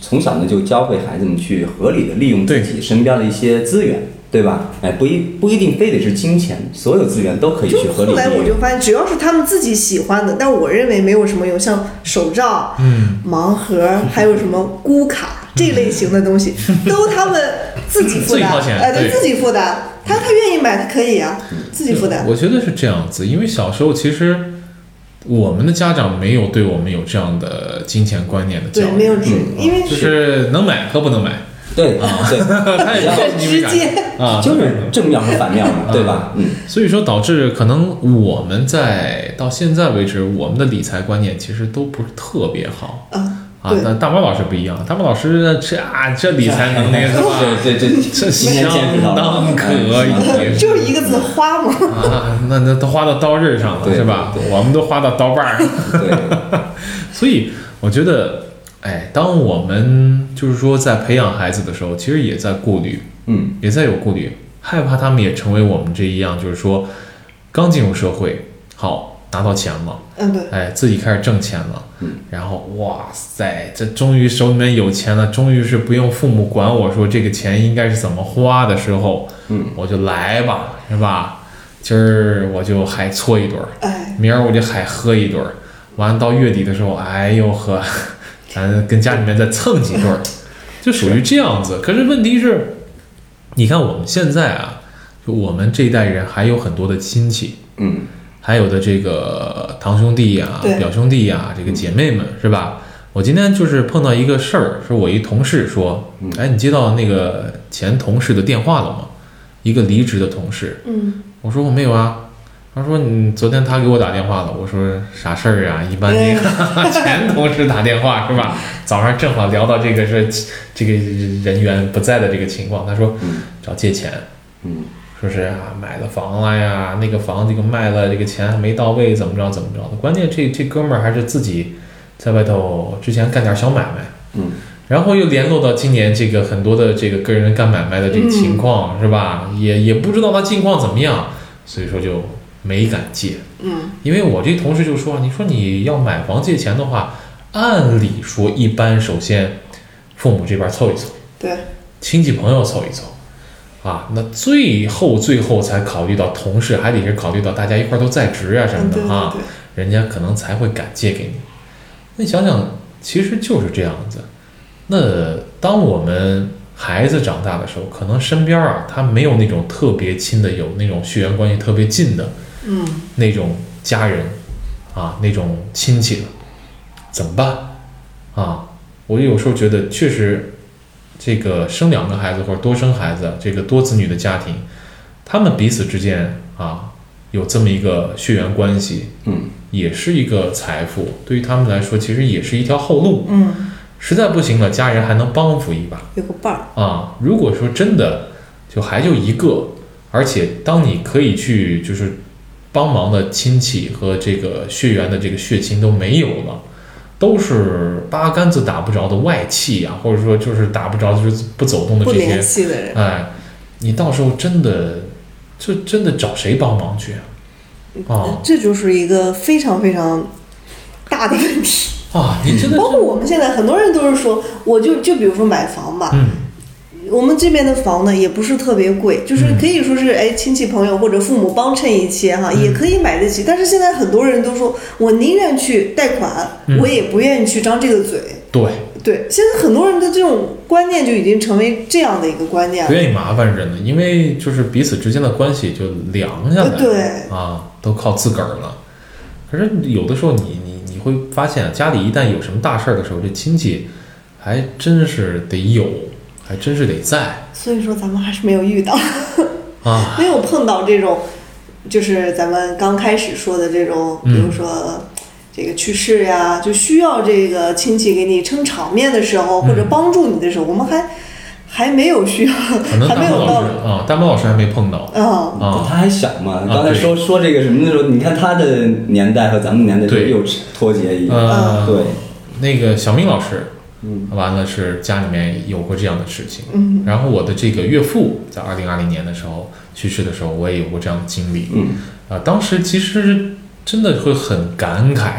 从小呢就教会孩子们去合理的利用自己身边的一些资源，对吧？哎，不一不一定非得是金钱，所有资源都可以就去合理后来利我就用。发现，只要是他们自己喜欢的，但我认为没有什么用，像手账、嗯盲盒，还有什么 咕卡这类型的东西，都他们自己负 自己担掏，钱哎，对对自己负担。他他愿意买，他可以啊，自己负担。嗯我觉得是这样子，因为小时候其实我们的家长没有对我们有这样的金钱观念的教对，没育，有指，因为嗯就是能买和不能买， 对啊对，他也不告诉很你直买接。啊，就是正面和反面嘛，对吧？嗯，所以说导致可能我们在到现在为止，我们的理财观念其实都不是特别好啊，啊对。但大猫老师不一样，大猫老师这啊这理财能力是吧？ 对对对，这今天见识相到当了嗯可以 就是一个字花嘛， 啊，那那都花到刀刃上了对是吧对？我们都花到刀把儿 上了。对，啊所以我觉得，哎，当我们就是说在培养孩子的时候，其实也在顾虑，嗯，也在有顾虑，害怕他们也成为我们这一样，就是说刚进入社会，好拿到钱了，嗯对，哎，自己开始挣钱了，嗯，然后哇塞，这终于手里面有钱了，终于是不用父母管我说这个钱应该是怎么花的时候，嗯，我就来吧，是吧？今儿我就还搓一顿儿，哎，明儿我就还喝一顿儿，完了到月底的时候，哎呦呵， 咱跟家里面再蹭几顿儿，就属于这样子。可是问题是，你看我们现在啊，就我们这一代人还有很多的亲戚，嗯，还有的这个堂兄弟呀、对表兄弟呀、这个姐妹们是吧？我今天就是碰到一个事儿，是我一同事说，哎，你接到那个前同事的电话了吗？一个离职的同事，嗯，我说我没有啊。他说你昨天他给我打电话了。我说啥事儿啊？一般 那个前同事打电话是吧？早上正好聊到这个是这个人员不在的这个情况，他说嗯找借钱，嗯，说是啊买了房了呀，那个房这个卖了，这个钱还没到位，怎么着怎么着的。关键这这哥们儿还是自己在外头之前干点小买卖，嗯，然后又联络到今年这个很多的这个个人干买卖的这个情况、是吧？也也不知道他近况怎么样，所以说就没敢借。嗯，因为我这同事就说，你说你要买房借钱的话，按理说一般首先父母这边凑一凑，对，亲戚朋友凑一凑，啊，那最后最后才考虑到同事，还得是考虑到大家一块儿都在职啊什嗯么对对的啊，对，人家可能才会敢借给你。那你想想，其实就是这样子。那当我们孩子长大的时候，可能身边啊，他没有那种特别亲的，有那种血缘关系特别近的，嗯，那种家人啊，那种亲戚了，怎么办啊？我有时候觉得，确实，这个生两个孩子或者多生孩子，这个多子女的家庭，他们彼此之间啊，有这么一个血缘关系，嗯，也是一个财富，对于他们来说，其实也是一条后路。嗯，实在不行了，家人还能帮扶一把。有个伴儿，啊，如果说真的就还就一个，而且当你可以去就是帮忙的亲戚和这个血缘的这个血亲都没有了，都是八竿子打不着的外戚啊，或者说就是打不着就是不走动的不这些，联系的人，哎，你到时候真的就真的找谁帮忙去啊？呃这就是一个非常非常大的 问题。啊啊，你真的包是括我们现在很多人都是说，我就就比如说买房吧，嗯我们这边的房呢也不是特别贵，就是可以说是哎嗯亲戚朋友或者父母帮衬一些哈，也可以买得起。但是现在很多人都说，我宁愿去贷款，嗯我也不愿意去张这个嘴。对，对，现在很多人的这种观念就已经成为这样的一个观念不了。愿意麻烦人了，因为就是彼此之间的关系就凉下来了，呃对啊，都靠自个儿了。可是有的时候你你你会发现啊，家里一旦有什么大事儿的时候，这亲戚还真是得有，还真是得在所以说咱们还是没有遇到，啊。没有碰到这种，就是咱们刚开始说的这种，比如嗯说。这个去世呀，就需要这个亲戚给你撑场面的时候，或者嗯帮助你的时候，我们还还没有需要，可能还大没猫有老到师啊，大猫老师还没碰到啊，啊。他还小嘛，刚才对说说这个什么的时候，你看他的年代和咱们年代就对又脱节一呃样，对，那个小明老师，嗯，完了是家里面有过这样的事情。嗯，然后我的这个岳父在二零二零年的时候去世的时候，我也有过这样的经历。嗯，啊，当时其实真的会很感 慨。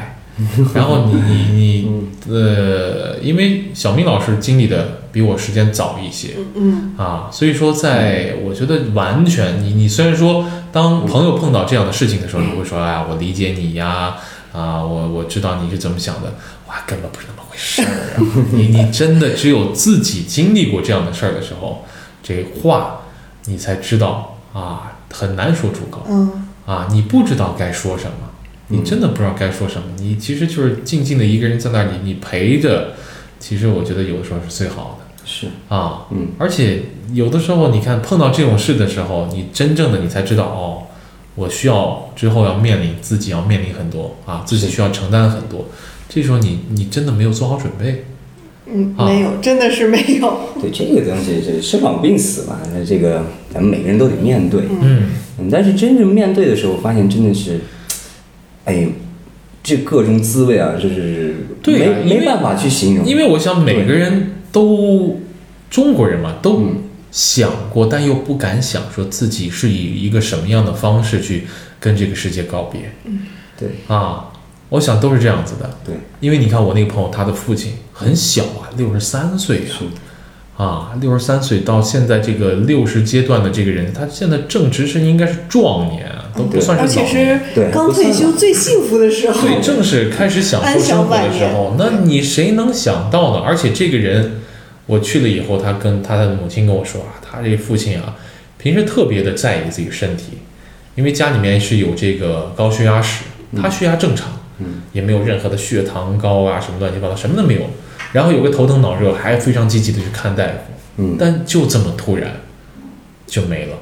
然后你你嗯你呃，因为小明老师经历的比我时间早一些嗯，啊，所以说在我觉得完全你你虽然说当朋友碰到这样的事情的时候，你会说哎呀，我理解你呀啊我我知道你是怎么想的，哇，根本不是那么回事儿啊！你你真的只有自己经历过这样的事儿的时候，这话你才知道啊，很难说出口。嗯，啊，你不知道该说什么，你真的不知道该说什么，你其实就是静静的一个人在那里，你陪着，其实我觉得有的时候是最好是，的啊，嗯，而且有的时候你看碰到这种事的时候，你真正的你才知道哦，我需要之后要面临自己要面临很多啊，自己需要承担很多，这时候你你真的没有做好准备，嗯，啊没有，真的是没有。对这个东西，这生老病死嘛，那这个咱们每个人都得面对。嗯嗯，但是真正面对的时候，发现真的是，哎，这各种滋味啊，就是对啊因没为没办法去形容。因为我想每个人都中国人嘛，都想过，但又不敢想，说自己是以一个什么样的方式去跟这个世界告别对啊。我想都是这样子的，对因为你看我那个朋友，他的父亲很小啊，六十三岁啊，是，啊，六十三岁到现在这个六十阶段的这个人，他现在正值是应该是壮年啊，都不对算而是且老年。对是刚退不算休了最幸福的时候，对，正是开始享受生活的时候，那你谁能想到呢？而且这个人，我去了以后，他跟他的母亲跟我说啊，他这父亲啊，平时特别的在意自己身体，因为家里面是有这个高血压史，他血压正常，嗯，也没有任何的血糖高啊什么乱七八糟，什么都没有。然后有个头疼脑热，还非常积极的去看大夫，嗯，但就这么突然就没了。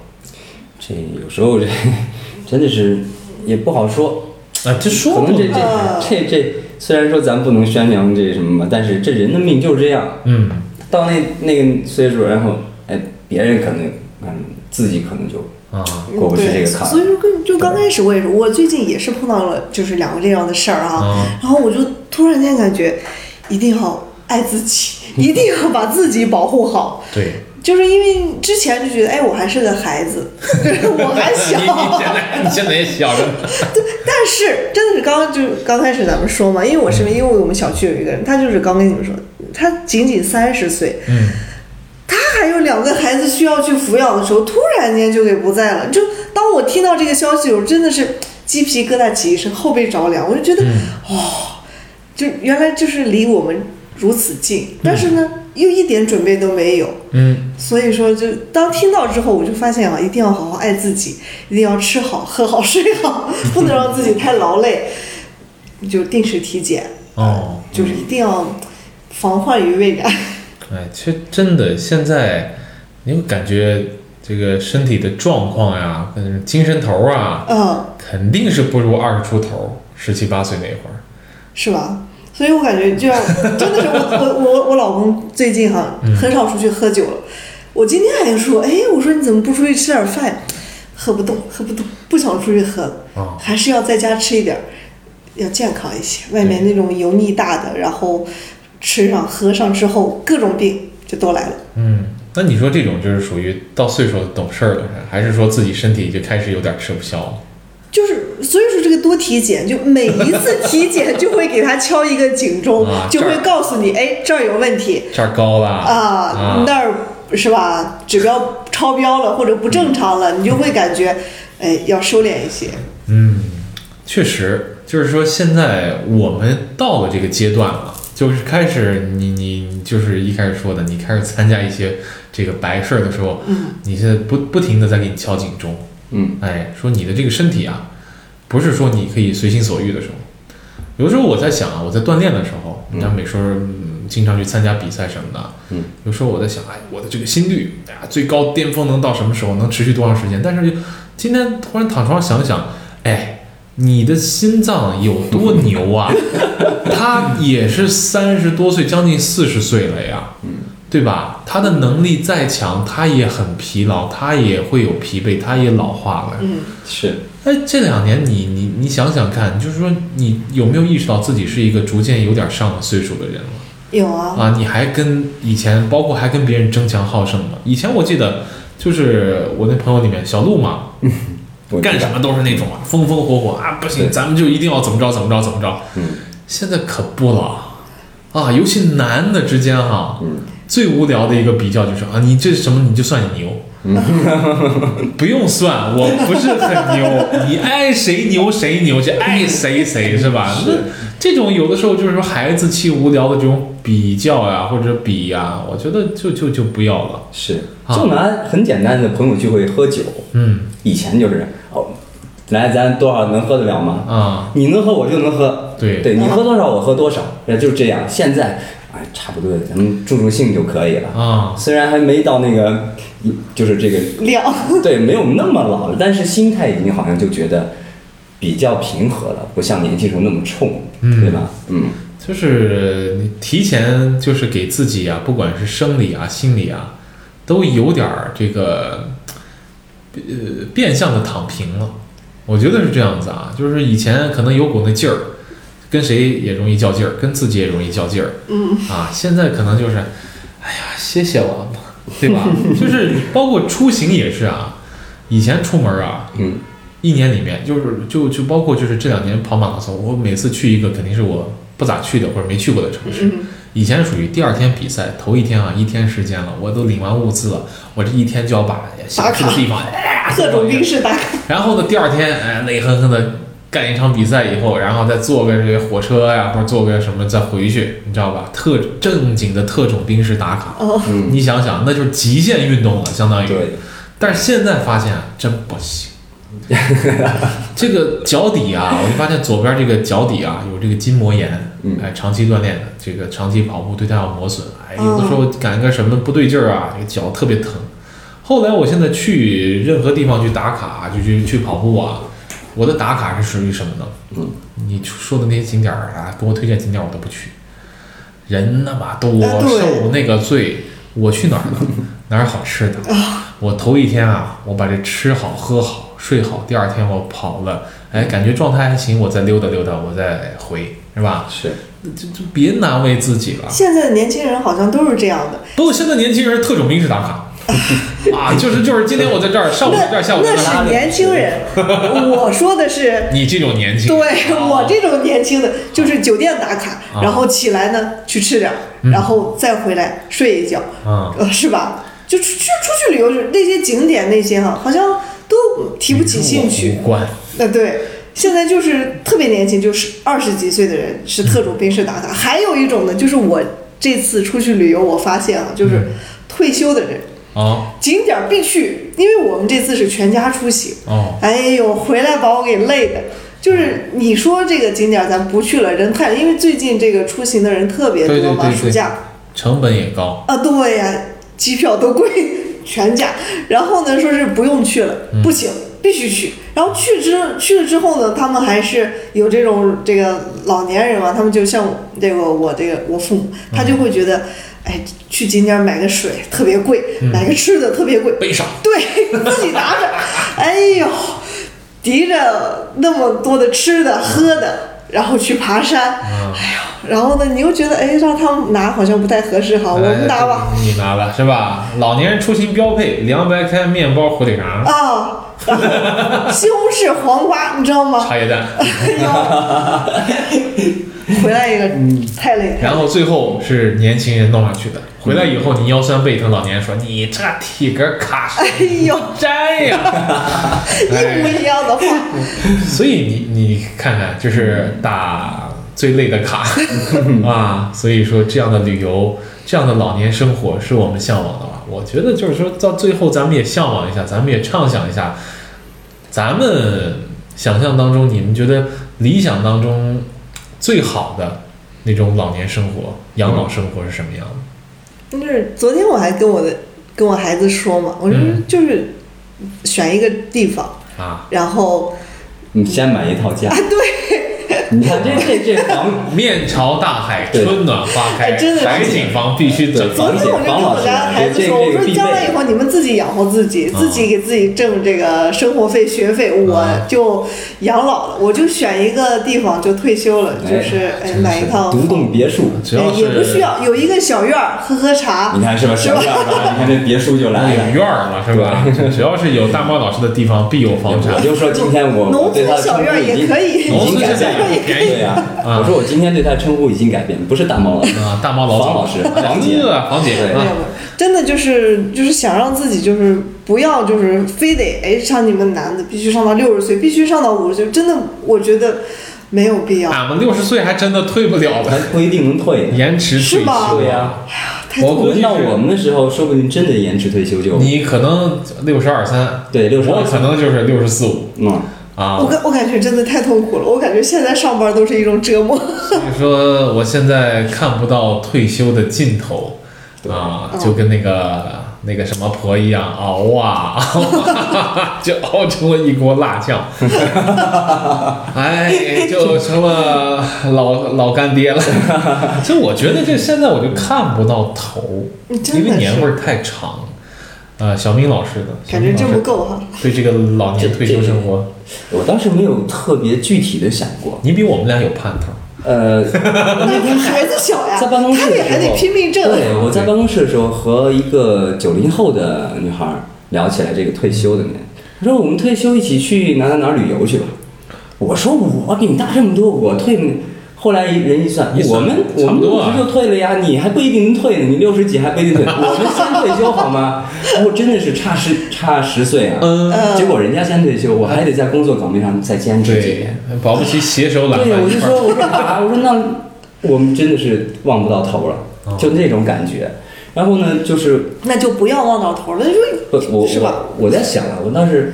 这有时候这真的是也不好说。啊，这说可不能这准这啊这这，虽然说咱不能宣扬这什么吧，但是这人的命就是这样。嗯，到那那个岁数，然后哎，别人可能嗯，自己可能就啊，过不去对这个坎所以儿。说跟就刚开始我也是，我最近也是碰到了就是两个这样的事儿啊，啊然后我就突然间感觉一定要。爱自己，一定要把自己保护好。对，就是因为之前就觉得，哎，我还是个孩子， 我还你 你现小。在你现在也小着呢， 但是真的是刚刚就刚开始咱们说嘛，因为我身边，因为我们小区有一个人，他就是刚跟你们说，他仅仅三十岁，嗯，他还有两个孩子需要去抚养的时候，突然间就给不在了。就当我听到这个消息，我真的是鸡皮疙瘩起一身，后背着凉。我就觉得，哦，就原来就是离我们如此近，但是呢，又一点准备都没有。嗯，所以说，就当听到之后，我就发现啊，一定要好好爱自己，一定要吃好、喝好、睡好， 不能让自己太劳累。就定时体检，哦，就是一定要防患于未然。哎，其实真的现在，你会感觉这个身体的状况呀，跟精神头儿啊，嗯，肯定是不如二十出头、十七八岁那会儿。是吧？所以我感觉就 要真的是我我我我老公最近哈嗯很少出去喝酒了。我今天还说，哎，我说你怎么不出去吃点饭？喝不动，喝不动，不想出去喝哦，还是要在家吃一点儿，要健康一些。外面那种油腻大的，然后吃上喝上之后，各种病就都来了。嗯，那你说这种就是属于到岁数懂事儿了，还是说自己身体就开始有点吃不消了？就是所以说这个多体检，就每一次体检就会给他敲一个警钟， 啊就这会儿告诉你，哎，这儿有问题，这儿高了啊啊，那儿是吧？指标超标了或者不正常了，你就会感觉，哎，要收敛一些。嗯，确实，就是说现在我们到了这个阶段了，就是开始你你就是一开始说的，你开始参加一些这个白事儿的时候，嗯，你现在不不停的在给你敲警钟，嗯，哎，说你的这个身体啊，不是说你可以随心所欲的时候。有的时候我在想啊，我在锻炼的时候，你看美术、嗯、经常去参加比赛什么的，嗯，有时候我在想，哎，我的这个心率，哎呀，最高巅峰能到什么时候？能持续多长时间？但是就今天突然躺床上想想，哎，你的心脏有多牛啊？他也是三十多岁，将近四十岁了呀，对吧？他的能力再强，他也很疲劳，他也会有疲惫，他也老化了。嗯，是，哎，这两年你你你想想看，就是说你有没有意识到自己是一个逐渐有点上了岁数的人了有啊，啊？你还跟以前，包括还跟别人争强好胜吗？以前我记得就是我那朋友里面小鹿嘛，我知道干什么都是那种啊，风风火火啊，不行，对咱们就一定要怎么着怎么着怎么着。嗯，现在可不了啊，尤其男的之间哈、嗯最无聊的一个比较就是啊，你这什么你就算你牛，嗯 不用算，我不是很 牛，你爱谁牛谁牛，就爱谁谁是吧？那这种有的时候就是说孩子气无聊的这种比较呀、或者比呀、我觉得就就就不要了。是，啊就拿很简单的朋友聚会喝酒，嗯以前就是哦，来咱多少能喝得了吗？啊，你能喝我就能喝，对对你喝多少我喝多少，呃就这样。现在哎，差不多，咱们助助兴就可以了。啊，虽然还没到那个，就是这个量对，没有那么老了，但是心态已经好像就觉得比较平和了，不像年轻时候那么冲，对吧？嗯，就是呃你提前就是给自己啊，不管是生理啊、心理啊，都有点儿这个呃变相的躺平了。我觉得是这样子啊，就是以前可能有股那劲儿，跟谁也容易较劲儿，跟自己也容易较劲儿。嗯啊，现在可能就是，哎呀，歇歇我吧， 对吧？就是包括出行也是啊，以前出门啊，嗯，一年里面就是就就包括就是这两年跑马拉松，我每次去一个肯定是我不咋去的或者没去过的城市。以前属于第二天比赛头一天啊，一天时间了，我都领完物资了，我这一天就要把想去的地方哎各种冰室打卡。然后呢，第二天哎，累哼哼的干一场比赛以后，然后再坐个这个火车呀、或者坐个什么再回去，你知道吧？特正经的特种兵式打卡，哦，你想想，那就是极限运动了，相当于。对，但是现在发现啊真不行， 这个脚底啊，我就发现左边这个脚底啊有这个筋膜炎，嗯哎，长期锻炼，这个长期跑步对它有磨损，哎，有的时候感觉什么不对劲儿啊，这个脚特别疼。后来我现在去任何地方去打卡啊，就去去跑步啊，我的打卡是属于什么呢？嗯，你说的那些景点儿啊，给我推荐景点儿我都不去，人那么多，啊对受那个罪，我去哪儿呢？ 哪儿好吃的？我头一天啊，我把这吃好喝好睡好，第二天我跑了，哎，感觉状态还行，我再溜达溜达，我再回，是吧？是，就就别难为自己了。现在的年轻人好像都是这样的，不过现在年轻人特种兵式打 卡啊，就是就是今天我在这儿，上午在这儿，下午在那那儿。是年轻 人。我说的是，你这种年轻对人，我这种年轻的，就是酒店打卡，哦啊嗯然后起来呢去吃点儿，然后再回来睡一觉，啊，呃，是吧？就出去出去旅游，那些景点那些哈，好像都提不起兴趣与。我无关。那呃对，现在就是特别年轻，就是二十几岁的人是特种兵式打卡。还有一种呢，就是我这次出去旅游，我发现啊，嗯就是退休的人，哦景点儿必去，因为我们这次是全家出行。哦，哎呦，回来把我给累的。就是你说这个景点儿咱不去了，人太了，因为最近这个出行的人特别对对多嘛，对对暑假成本也高。啊，对呀、机票都贵，全价。然后呢，说是不用去了，不行，必须去。然后去之去了之后呢，他们还是有这种这个老年人嘛，他们就像这个我这个我父母，他就会觉得，哎，去景点儿买个水特别贵，买个吃的特别贵，悲伤，对自己 拿着，哎呦，提着那么多的吃的喝的，然后去爬山，嗯哎呦，然后呢，你又觉得哎，让他们拿好像不太合适哈，我们拿吧，哎，你拿吧，是吧？老年人出行标配：凉白开、面包、火腿肠、啊， 然后西红柿、黄瓜，你知道吗？茶叶 蛋，回来一个嗯太累，然后最后是年轻人弄上去的。回来以后你腰酸背疼，老年人说你这体格卡哎什呦，么粘呀？哎一模一样的话，所以你你看看，就是打最累的卡啊。所以说这样的旅游，这样的老年生活是我们向往的吧？我觉得就是说到最后，咱们也向往一下，咱们也畅想一下，咱们想象当中，你们觉得理想当中最好的那种老年生活、养老生活是什么样的？就是昨天我还跟我的跟我孩子说嘛，我说嗯就是选一个地方，啊，然后你先买一套家啊，，对。你看这这这房，面朝大海，对春暖花开，哎真的是海景房必须整对昨天我就跟我家孩子说，我说将来以后你们自己养活自己，啊自己给自己挣这个生活费、学费，我啊就养老了，我就选一个地方就退休了，哎就是哎真是买一套独栋别墅，只要哎是也不需要有一个小院儿，喝喝茶你。看是吧？是小吧院儿吧，你看这别墅就来了 有。院儿了是吧？只要是有大猫老师的地方，必有房我产。就说今天我农我对他村的小称院呼儿已也经可以，农已村经小院改儿变了也可以对呀、啊我说我今天对他称呼已经改变，不是大猫老师，啊，大猫房老老总，师，房姐，呃房姐对没有没啊，有，真的就是就是想让自己就是不要就是非得哎像你们男的必须上到六十岁，必须上到五十岁，真的我觉得没有必要，俺们六十岁还真的退不了还了，不一定能退呢。延迟退是吗休对呀太我痛苦估了。计轮是到我们的时候，说不定真的延迟退休就你可能六十二三，对六十我二可岁，能就是六十四五嗯，啊我。感我感觉真的太痛苦了，我感觉现在上班都是一种折磨。所以说，我现在看不到退休的尽头啊，就跟那个那个什么婆一样，熬啊， 熬啊就熬成了一锅辣酱， 哎，就成了老老干爹了。就我觉得这现在我就看不到头，嗯真因的为年是味儿太长。呃，小明老师呢？小感觉明老真不师 够哈。对这个老年退休生活，我倒是没有特别具体的想过，你比我们俩有盼头。呃，那你孩子小呀，在办公室他的时候得还得拼命挣。对，我在办公室的时候和一个九零后的女孩儿聊起来这个退休的年，她说我们退休一起去哪哪哪儿旅游去吧。我说我比你大这么多，我退没。后来人一算，一我算们我差不们多六啊十就退了呀，你还不一定能退呢，你六十几还不一 定退，我们先退休好吗？然后真的是差十差十岁啊，嗯结果人家先退休，我还得在工作岗位上再坚持几对年。，保不齐携手揽对，饭我一就块说，儿。我说啊，我说那我们真的是望不到头了，哦就那种感觉。然后呢，就是那就不要望到头了。就不，我是吧我我在想啊，我当时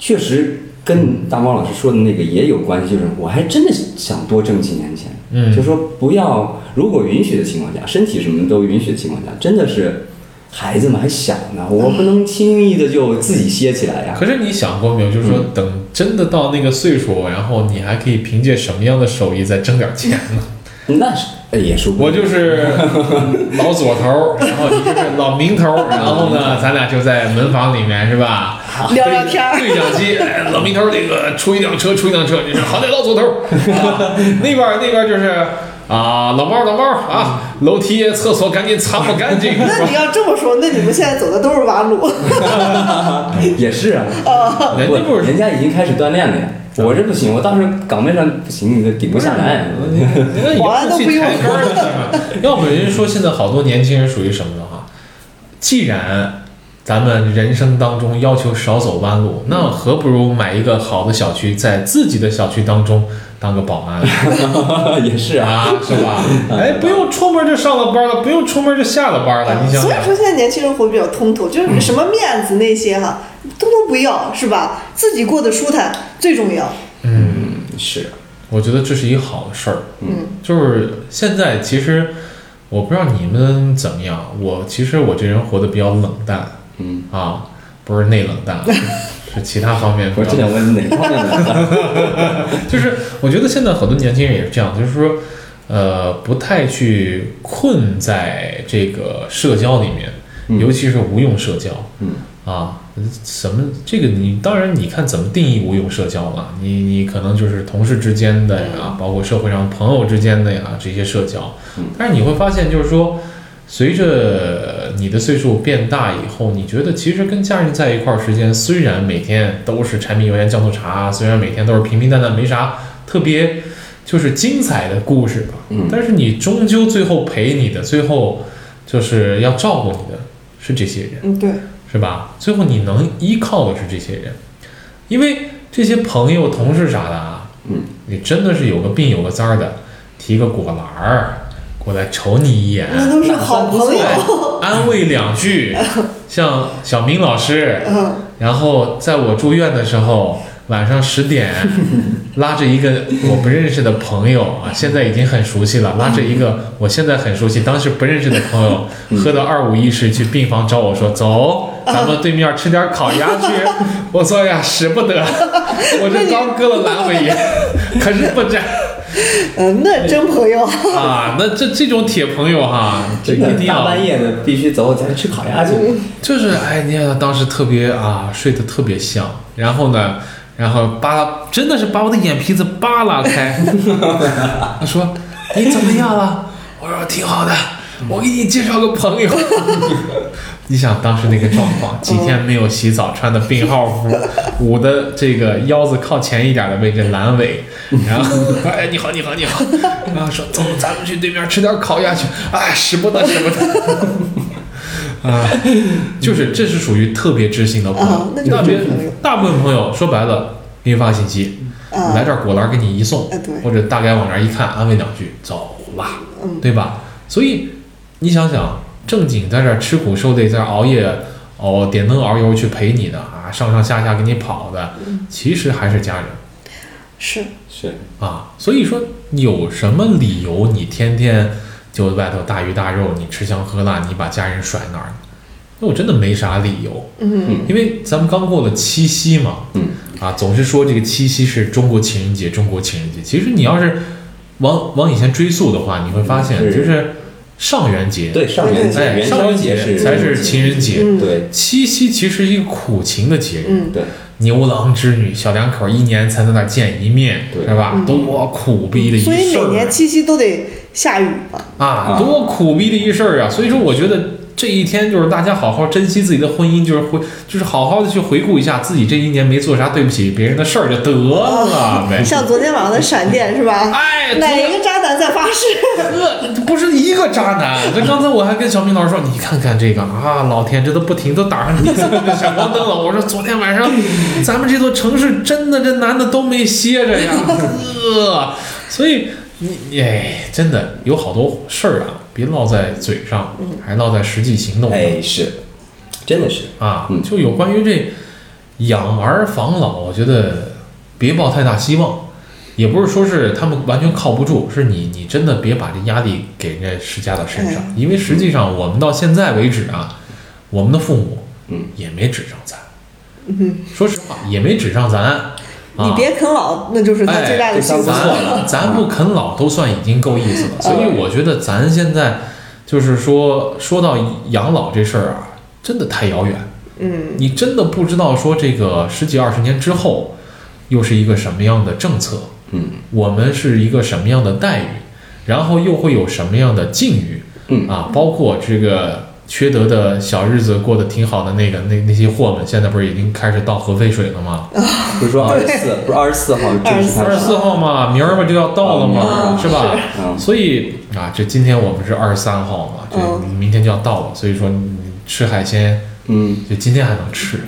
确实跟大猫老师说的那个也有关系，就是我还真的想多挣几年钱，嗯就说不要，如果允许的情况下，身体什么都允许的情况下，真的是孩子们还小呢，我不能轻易的就自己歇起来呀。可是你想过没有？就是说，等真的到那个岁数，然后你还可以凭借什么样的手艺再挣点钱呢？那是哎也说不我就是老左头儿，然后你就是老明头儿，然后呢，咱俩就在门房里面是吧？聊聊 天儿啊对对讲机，哎老明头儿那个出一辆车，出一辆车，你说好歹老左头儿，啊那边儿那边儿就是。啊，老猫老猫啊，楼梯、厕所赶紧擦抹干净。那你要这么说，那你们现在走的都是 弯路。也是啊，人家不不是啊人家已经开始锻炼了呀。我这不行，我到时候岗位上不行，你都顶不下来。人家保安都不用抬杆儿 呢要不人说现在好多年轻人属于什么呢？哈，既然咱们人生当中要求少走弯路，那何不如买一个好的小区，在自己的小区当中当个保 安 也是啊，啊，是吧？ 哎，不用出门就上了班了，不用出门就下了班了，你想所以想。说现在年轻人活得比较通透，就是什么面子那些哈，通通不要，是吧？自己过得舒坦最重要。是啊我觉得这是一个好的事儿。嗯，就是现在其实我不知道你们怎么样，我其实我这人活得比较冷淡。嗯啊，不是内冷 淡，是其他方面比我较这想问哪方面的？ 就是我觉得现在很多年轻人也是这样，就是说，呃，不太去困在这个社交里面，嗯尤其是无用社交。嗯。啊，什么？这个你当然你看怎么定义无用社交了？你你可能就是同事之间的呀，包括社会上朋友之间的呀这些社交嗯。但是你会发现，就是说，随着你的岁数变大以后，你觉得其实跟家人在一块儿时间，虽然每天都是柴米油盐酱醋茶，虽然每天都是平平淡淡，没啥特别就是精彩的故事吧，嗯但是你终究最后陪你的，最后就是要照顾你的是这些人。嗯，对，是吧？最后你能依靠的是这些人，因为这些朋友、同事啥的啊，嗯，你真的是有个病有个灾儿的，提个果篮儿过来瞅你一眼，那都是好朋友。安慰两句，像小明老师， 嗯，然后在我住院的时候，晚上十点，拉着一个我不认识的朋友啊，现在已经很熟悉了，拉着一个我现在很熟悉，当时不认识的朋友，喝到二五意识去病房找我说，走，咱们对面吃点烤鸭去。我说哎呀，使不得，我这刚割了阑尾炎，可是不沾嗯，那真朋友。啊。那这这种铁朋友哈、这真一定的大要半夜的必须走，咱吃烤鸭去。就是哎，你看当时特别啊，睡得特别香，然后呢，然后扒拉，真的是把我的眼皮子扒拉开。他说：“你怎么样了？”我说：“挺好的，我给你介绍个朋友。”嗯 你想当时那个状况，几天没有洗澡，穿的病号 服，捂的这个腰子靠前一点的位置阑 尾，然后哎你好你好你好，然后说走，咱们去对面吃点烤鸭去，哎使不得使不得， 啊，就是这是属于特别知心的朋啊友，那就是大别真朋友大部分朋友说白了给你发信息，啊来这儿果篮给你一送，哎对或者大概往那儿一看，安慰两句，走啦，对吧？所以你想想，正经在这儿吃苦受累，在这儿熬夜哦，点灯熬油去陪你的啊，上上下下给你跑的，其实还是家人是，是，啊。所以说，有什么理由你天天就外头大鱼大肉，你吃香喝辣，你把家人甩那儿呢？那我真的没啥理由。嗯，因为咱们刚过了七夕嘛，嗯，啊，总是说这个七夕是中国情人节，中国情人节。其实你要是往往以前追溯的话，你会发现是就是上元节，对上元节、哎，元上宵元节是才是情人节。嗯对七夕其实是一个苦情的节日，嗯对，牛郎织女小两口一年才能那见一面，对是吧？多苦逼的一事嗯所儿啊！以每年七夕都得下雨嘛。啊，啊多苦逼的一事儿啊！所以说，我觉得这一天就是大家好好珍惜自己的婚姻，就是回，就是好好的去回顾一下自己这一年没做啥对不起别人的事儿就得了 呗。啊像昨天晚上的闪电是吧？哎， 哪一个渣男在发誓？这不是一个渣男。这刚才我还跟小明老师说，你看看这个啊，老天，这都不停都打上你这闪光灯了。我说昨天晚上，咱们这座城市真的这男的都没歇着呀， 呃，所以你你哎，真的有好多事儿啊，别落在嘴上，还落在实际行动上、哎是，真的是，啊嗯。就有关于这养儿防老，我觉得别抱太大希望。也不是说是他们完全靠不住，是你你真的别把这压力给人家施加到身哎上，因为实际上我们到现在为止啊，我们的父母嗯也没指上咱，嗯，说实话也没指上咱，啊、哎你别啃老，那就是他最大的幸福。咱咱不啃老都算已经够意思嗯了，所以我觉得咱现在就是说说到养老这事儿啊，真的太遥远。嗯，你真的不知道说这个十几二十年之后又是一个什么样的政策，嗯，我们是一个什么样的待遇，然后又会有什么样的境遇？嗯啊，包括这个缺德的小日子过得挺好的那个那那些货们，现在不是已经开始到核废水了吗？不是说二十四，不是二十四号正式二开十始四号嘛，明儿不就要到了啊嘛，是吧？嗯所以啊，这今天我们是二十三号嘛，就嗯明天就要到了，所以说你吃海鲜嗯，就今天还能 吃，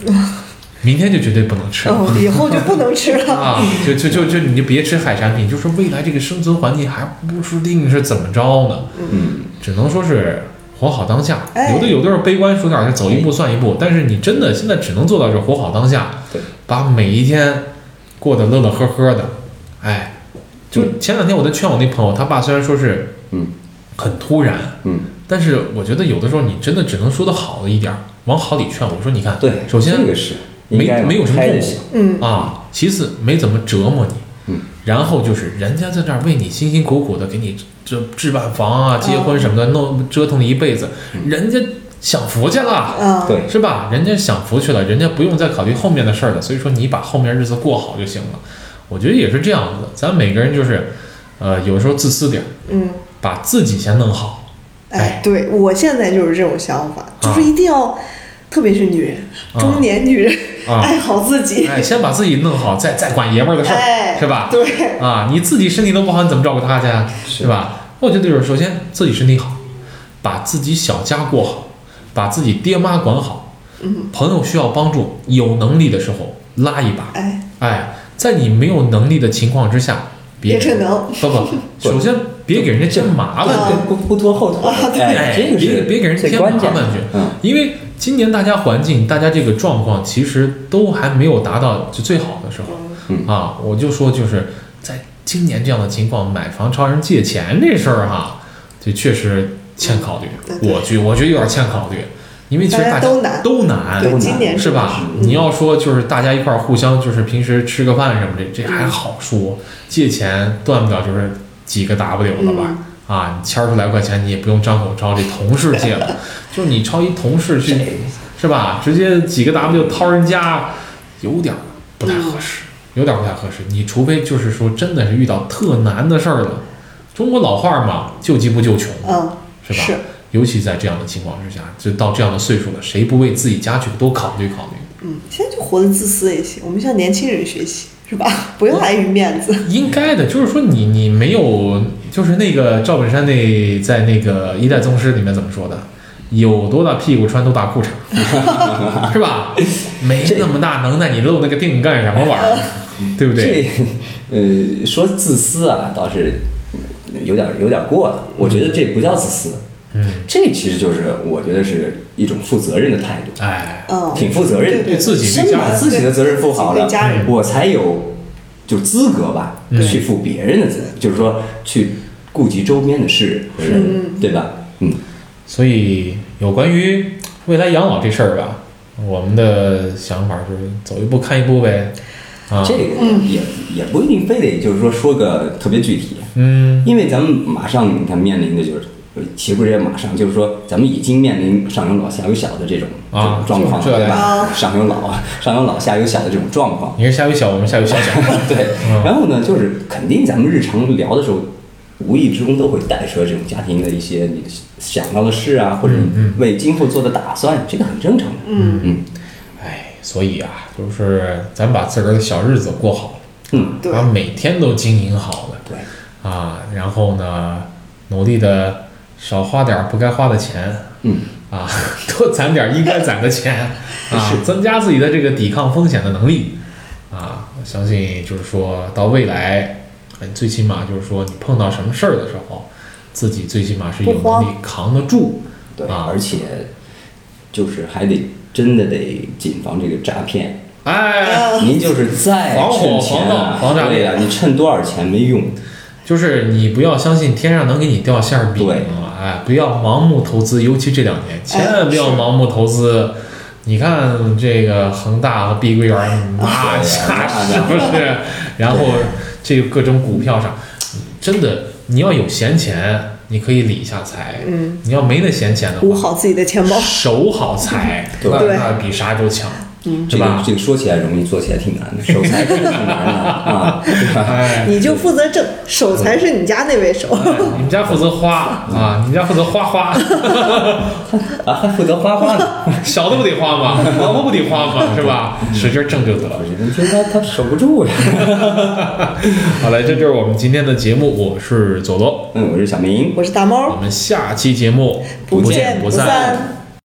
明天就绝对不能吃了。哦，以后就不能吃 了。啊，就就就就你就别吃海产品，就是未来这个生存环境还不注定是怎么着呢，嗯，只能说是活好当下。哎有的有的时候悲观说点儿是走一步算一步，但是你真的现在只能做到是活好当下对，把每一天过得乐乐呵呵的。哎，就前两天我在劝我那朋友，他爸虽然说是嗯很突然，嗯，但是我觉得有的时候你真的只能说的好一点儿，往好里劝。我说你看，对，首先这个是没应该没有什么开痛得苦起，嗯，啊，其次没怎么折磨你，嗯，然后就是人家在这儿为你辛辛苦苦的给你这置办房啊、结婚什么的，弄折腾了一辈子，人家享福去了，啊，对，是吧？人家享福去了，人家不用再考虑后面的事儿了，所以说你把后面日子过好就行了。我觉得也是这样子，咱每个人就是，呃，有时候自私点儿，嗯，把自己先弄好。哎哎，对我现在就是这种想法，就是一定要，特别是女人，啊中年女人啊 爱好自己，哎，先把自己弄好，再再管爷们儿的事儿，哎是吧？对，啊，你自己身体都不好，你怎么照顾他去啊？是吧？我觉得就是首先自己身体好，把自己小家过好，把自己爹妈管好，嗯，朋友需要帮助，有能力的时候拉一把，哎，哎，在你没有能力的情况之下，别别逞能，不不， 首先别给人家添麻烦去，对不不拖后腿，哎，这哎，个别是别给人最添麻关键烦的，去，嗯，因为今年大家环境，大家这个状况其实都还没有达到就最好的时候。嗯啊，我就说就是在今年这样的情况，买房朝人借钱这事儿、哈，这确实欠考虑。对嗯对我觉我觉得有点欠考虑，因为其实大大家家都难都难，对，都今难年嗯是吧？你要说就是大家一块儿互相就是平时吃个饭什么的，这还好说。借钱断不了就是几个 W 了嗯吧？啊，你千儿十来块钱你也不用张口抄，这同事借 了，就是你抄一同事去，是吧？直接几个 W 掏人家，有点儿不嗯太合适，有点儿不太合适。你除非就是说真的是遇到特难的事儿了，中国老话儿嘛，救急不救穷，嗯，是吧？是尤其在这样的情况之下，就到这样的岁数了，谁不为自己家去多考虑考虑？嗯，现在就活得自私也行，我们向年轻人学习，是吧？ 不要碍于面子，应该的，就是说你你没有，就是那个赵本山那在那个《一代宗师》里面怎么说的？有多大屁股穿多大裤衩， 是吧？没那么大能耐，你露那个腚干什么玩意儿？对不对？这呃，说自私啊，倒是有点有点过了。我觉得这不叫自私，嗯，这其实就是我觉得是一种负责任的态度，哎，嗯，挺负责任的，对自己对先家把人自己的责任负好对了自己对家人，我才有就资格吧，嗯去负别人的责任，就是说去顾及周边的事和人，对吧？嗯，所以有关于未来养老这事儿吧，我们的想法就是走一步看一步呗。啊，这个也也不一定非得就是说说个特别具体，嗯因为咱们马上你看面临的就是，呃其实不是也马上，就是说咱们已经面临上有老下有小的这种啊这种状况，这对吧啊？上有老上有老下有小的这种 状况，你是下雨小，我们下雨小小。对。嗯然后呢，就是肯定咱们日常聊的时候，无意之中都会带出来这种家庭的一些你想到的事啊，或者嗯你为今后做的打算，这个很正常的。嗯嗯 哎，所以啊，就是咱把自个儿的小日子过好，嗯，对把每天都经营好了对，啊，然后呢，努力的少花点儿不该花的钱嗯，啊， 多攒点儿应该攒的钱啊，增加自己的这个抵抗风险的能力啊。我相信就是说到未来，哎最起码就是说你碰到什么事儿的时候，自己最起码是有不能慌力扛得住。对，啊而且就是还得真的得谨防这个诈骗。 哎，嗯您就是再防火趁钱啊，防盗防诈对呀、你趁多少钱没用，就是你不要相信天上能给你掉馅儿饼对，哎，不要盲目投资，尤其这两年，千万不要盲目投资。你看这个恒大和碧桂园，那是下啊是不是？ 然后这个各种股票上，真的你要有闲钱，你可以理一下财；嗯，你要没那闲钱的捂话，好自己的钱包，守好财，对那对那比啥都强。嗯这是吧个这个说起来容易，做起来挺难的，手才真的挺难的啊，对吧？ 哎，你就负责挣，手才是你家那位手。你们家负责花啊，你们家负责花花，啊，还负责花 花呢。小的不得花吗？老的不得花吗？是吧？使劲挣就得了我。觉得天他他守不住呀。好嘞，这就是我们今天的节目，我是佐罗，嗯，我是小明， 我是大我猫，们下期节目不见不不散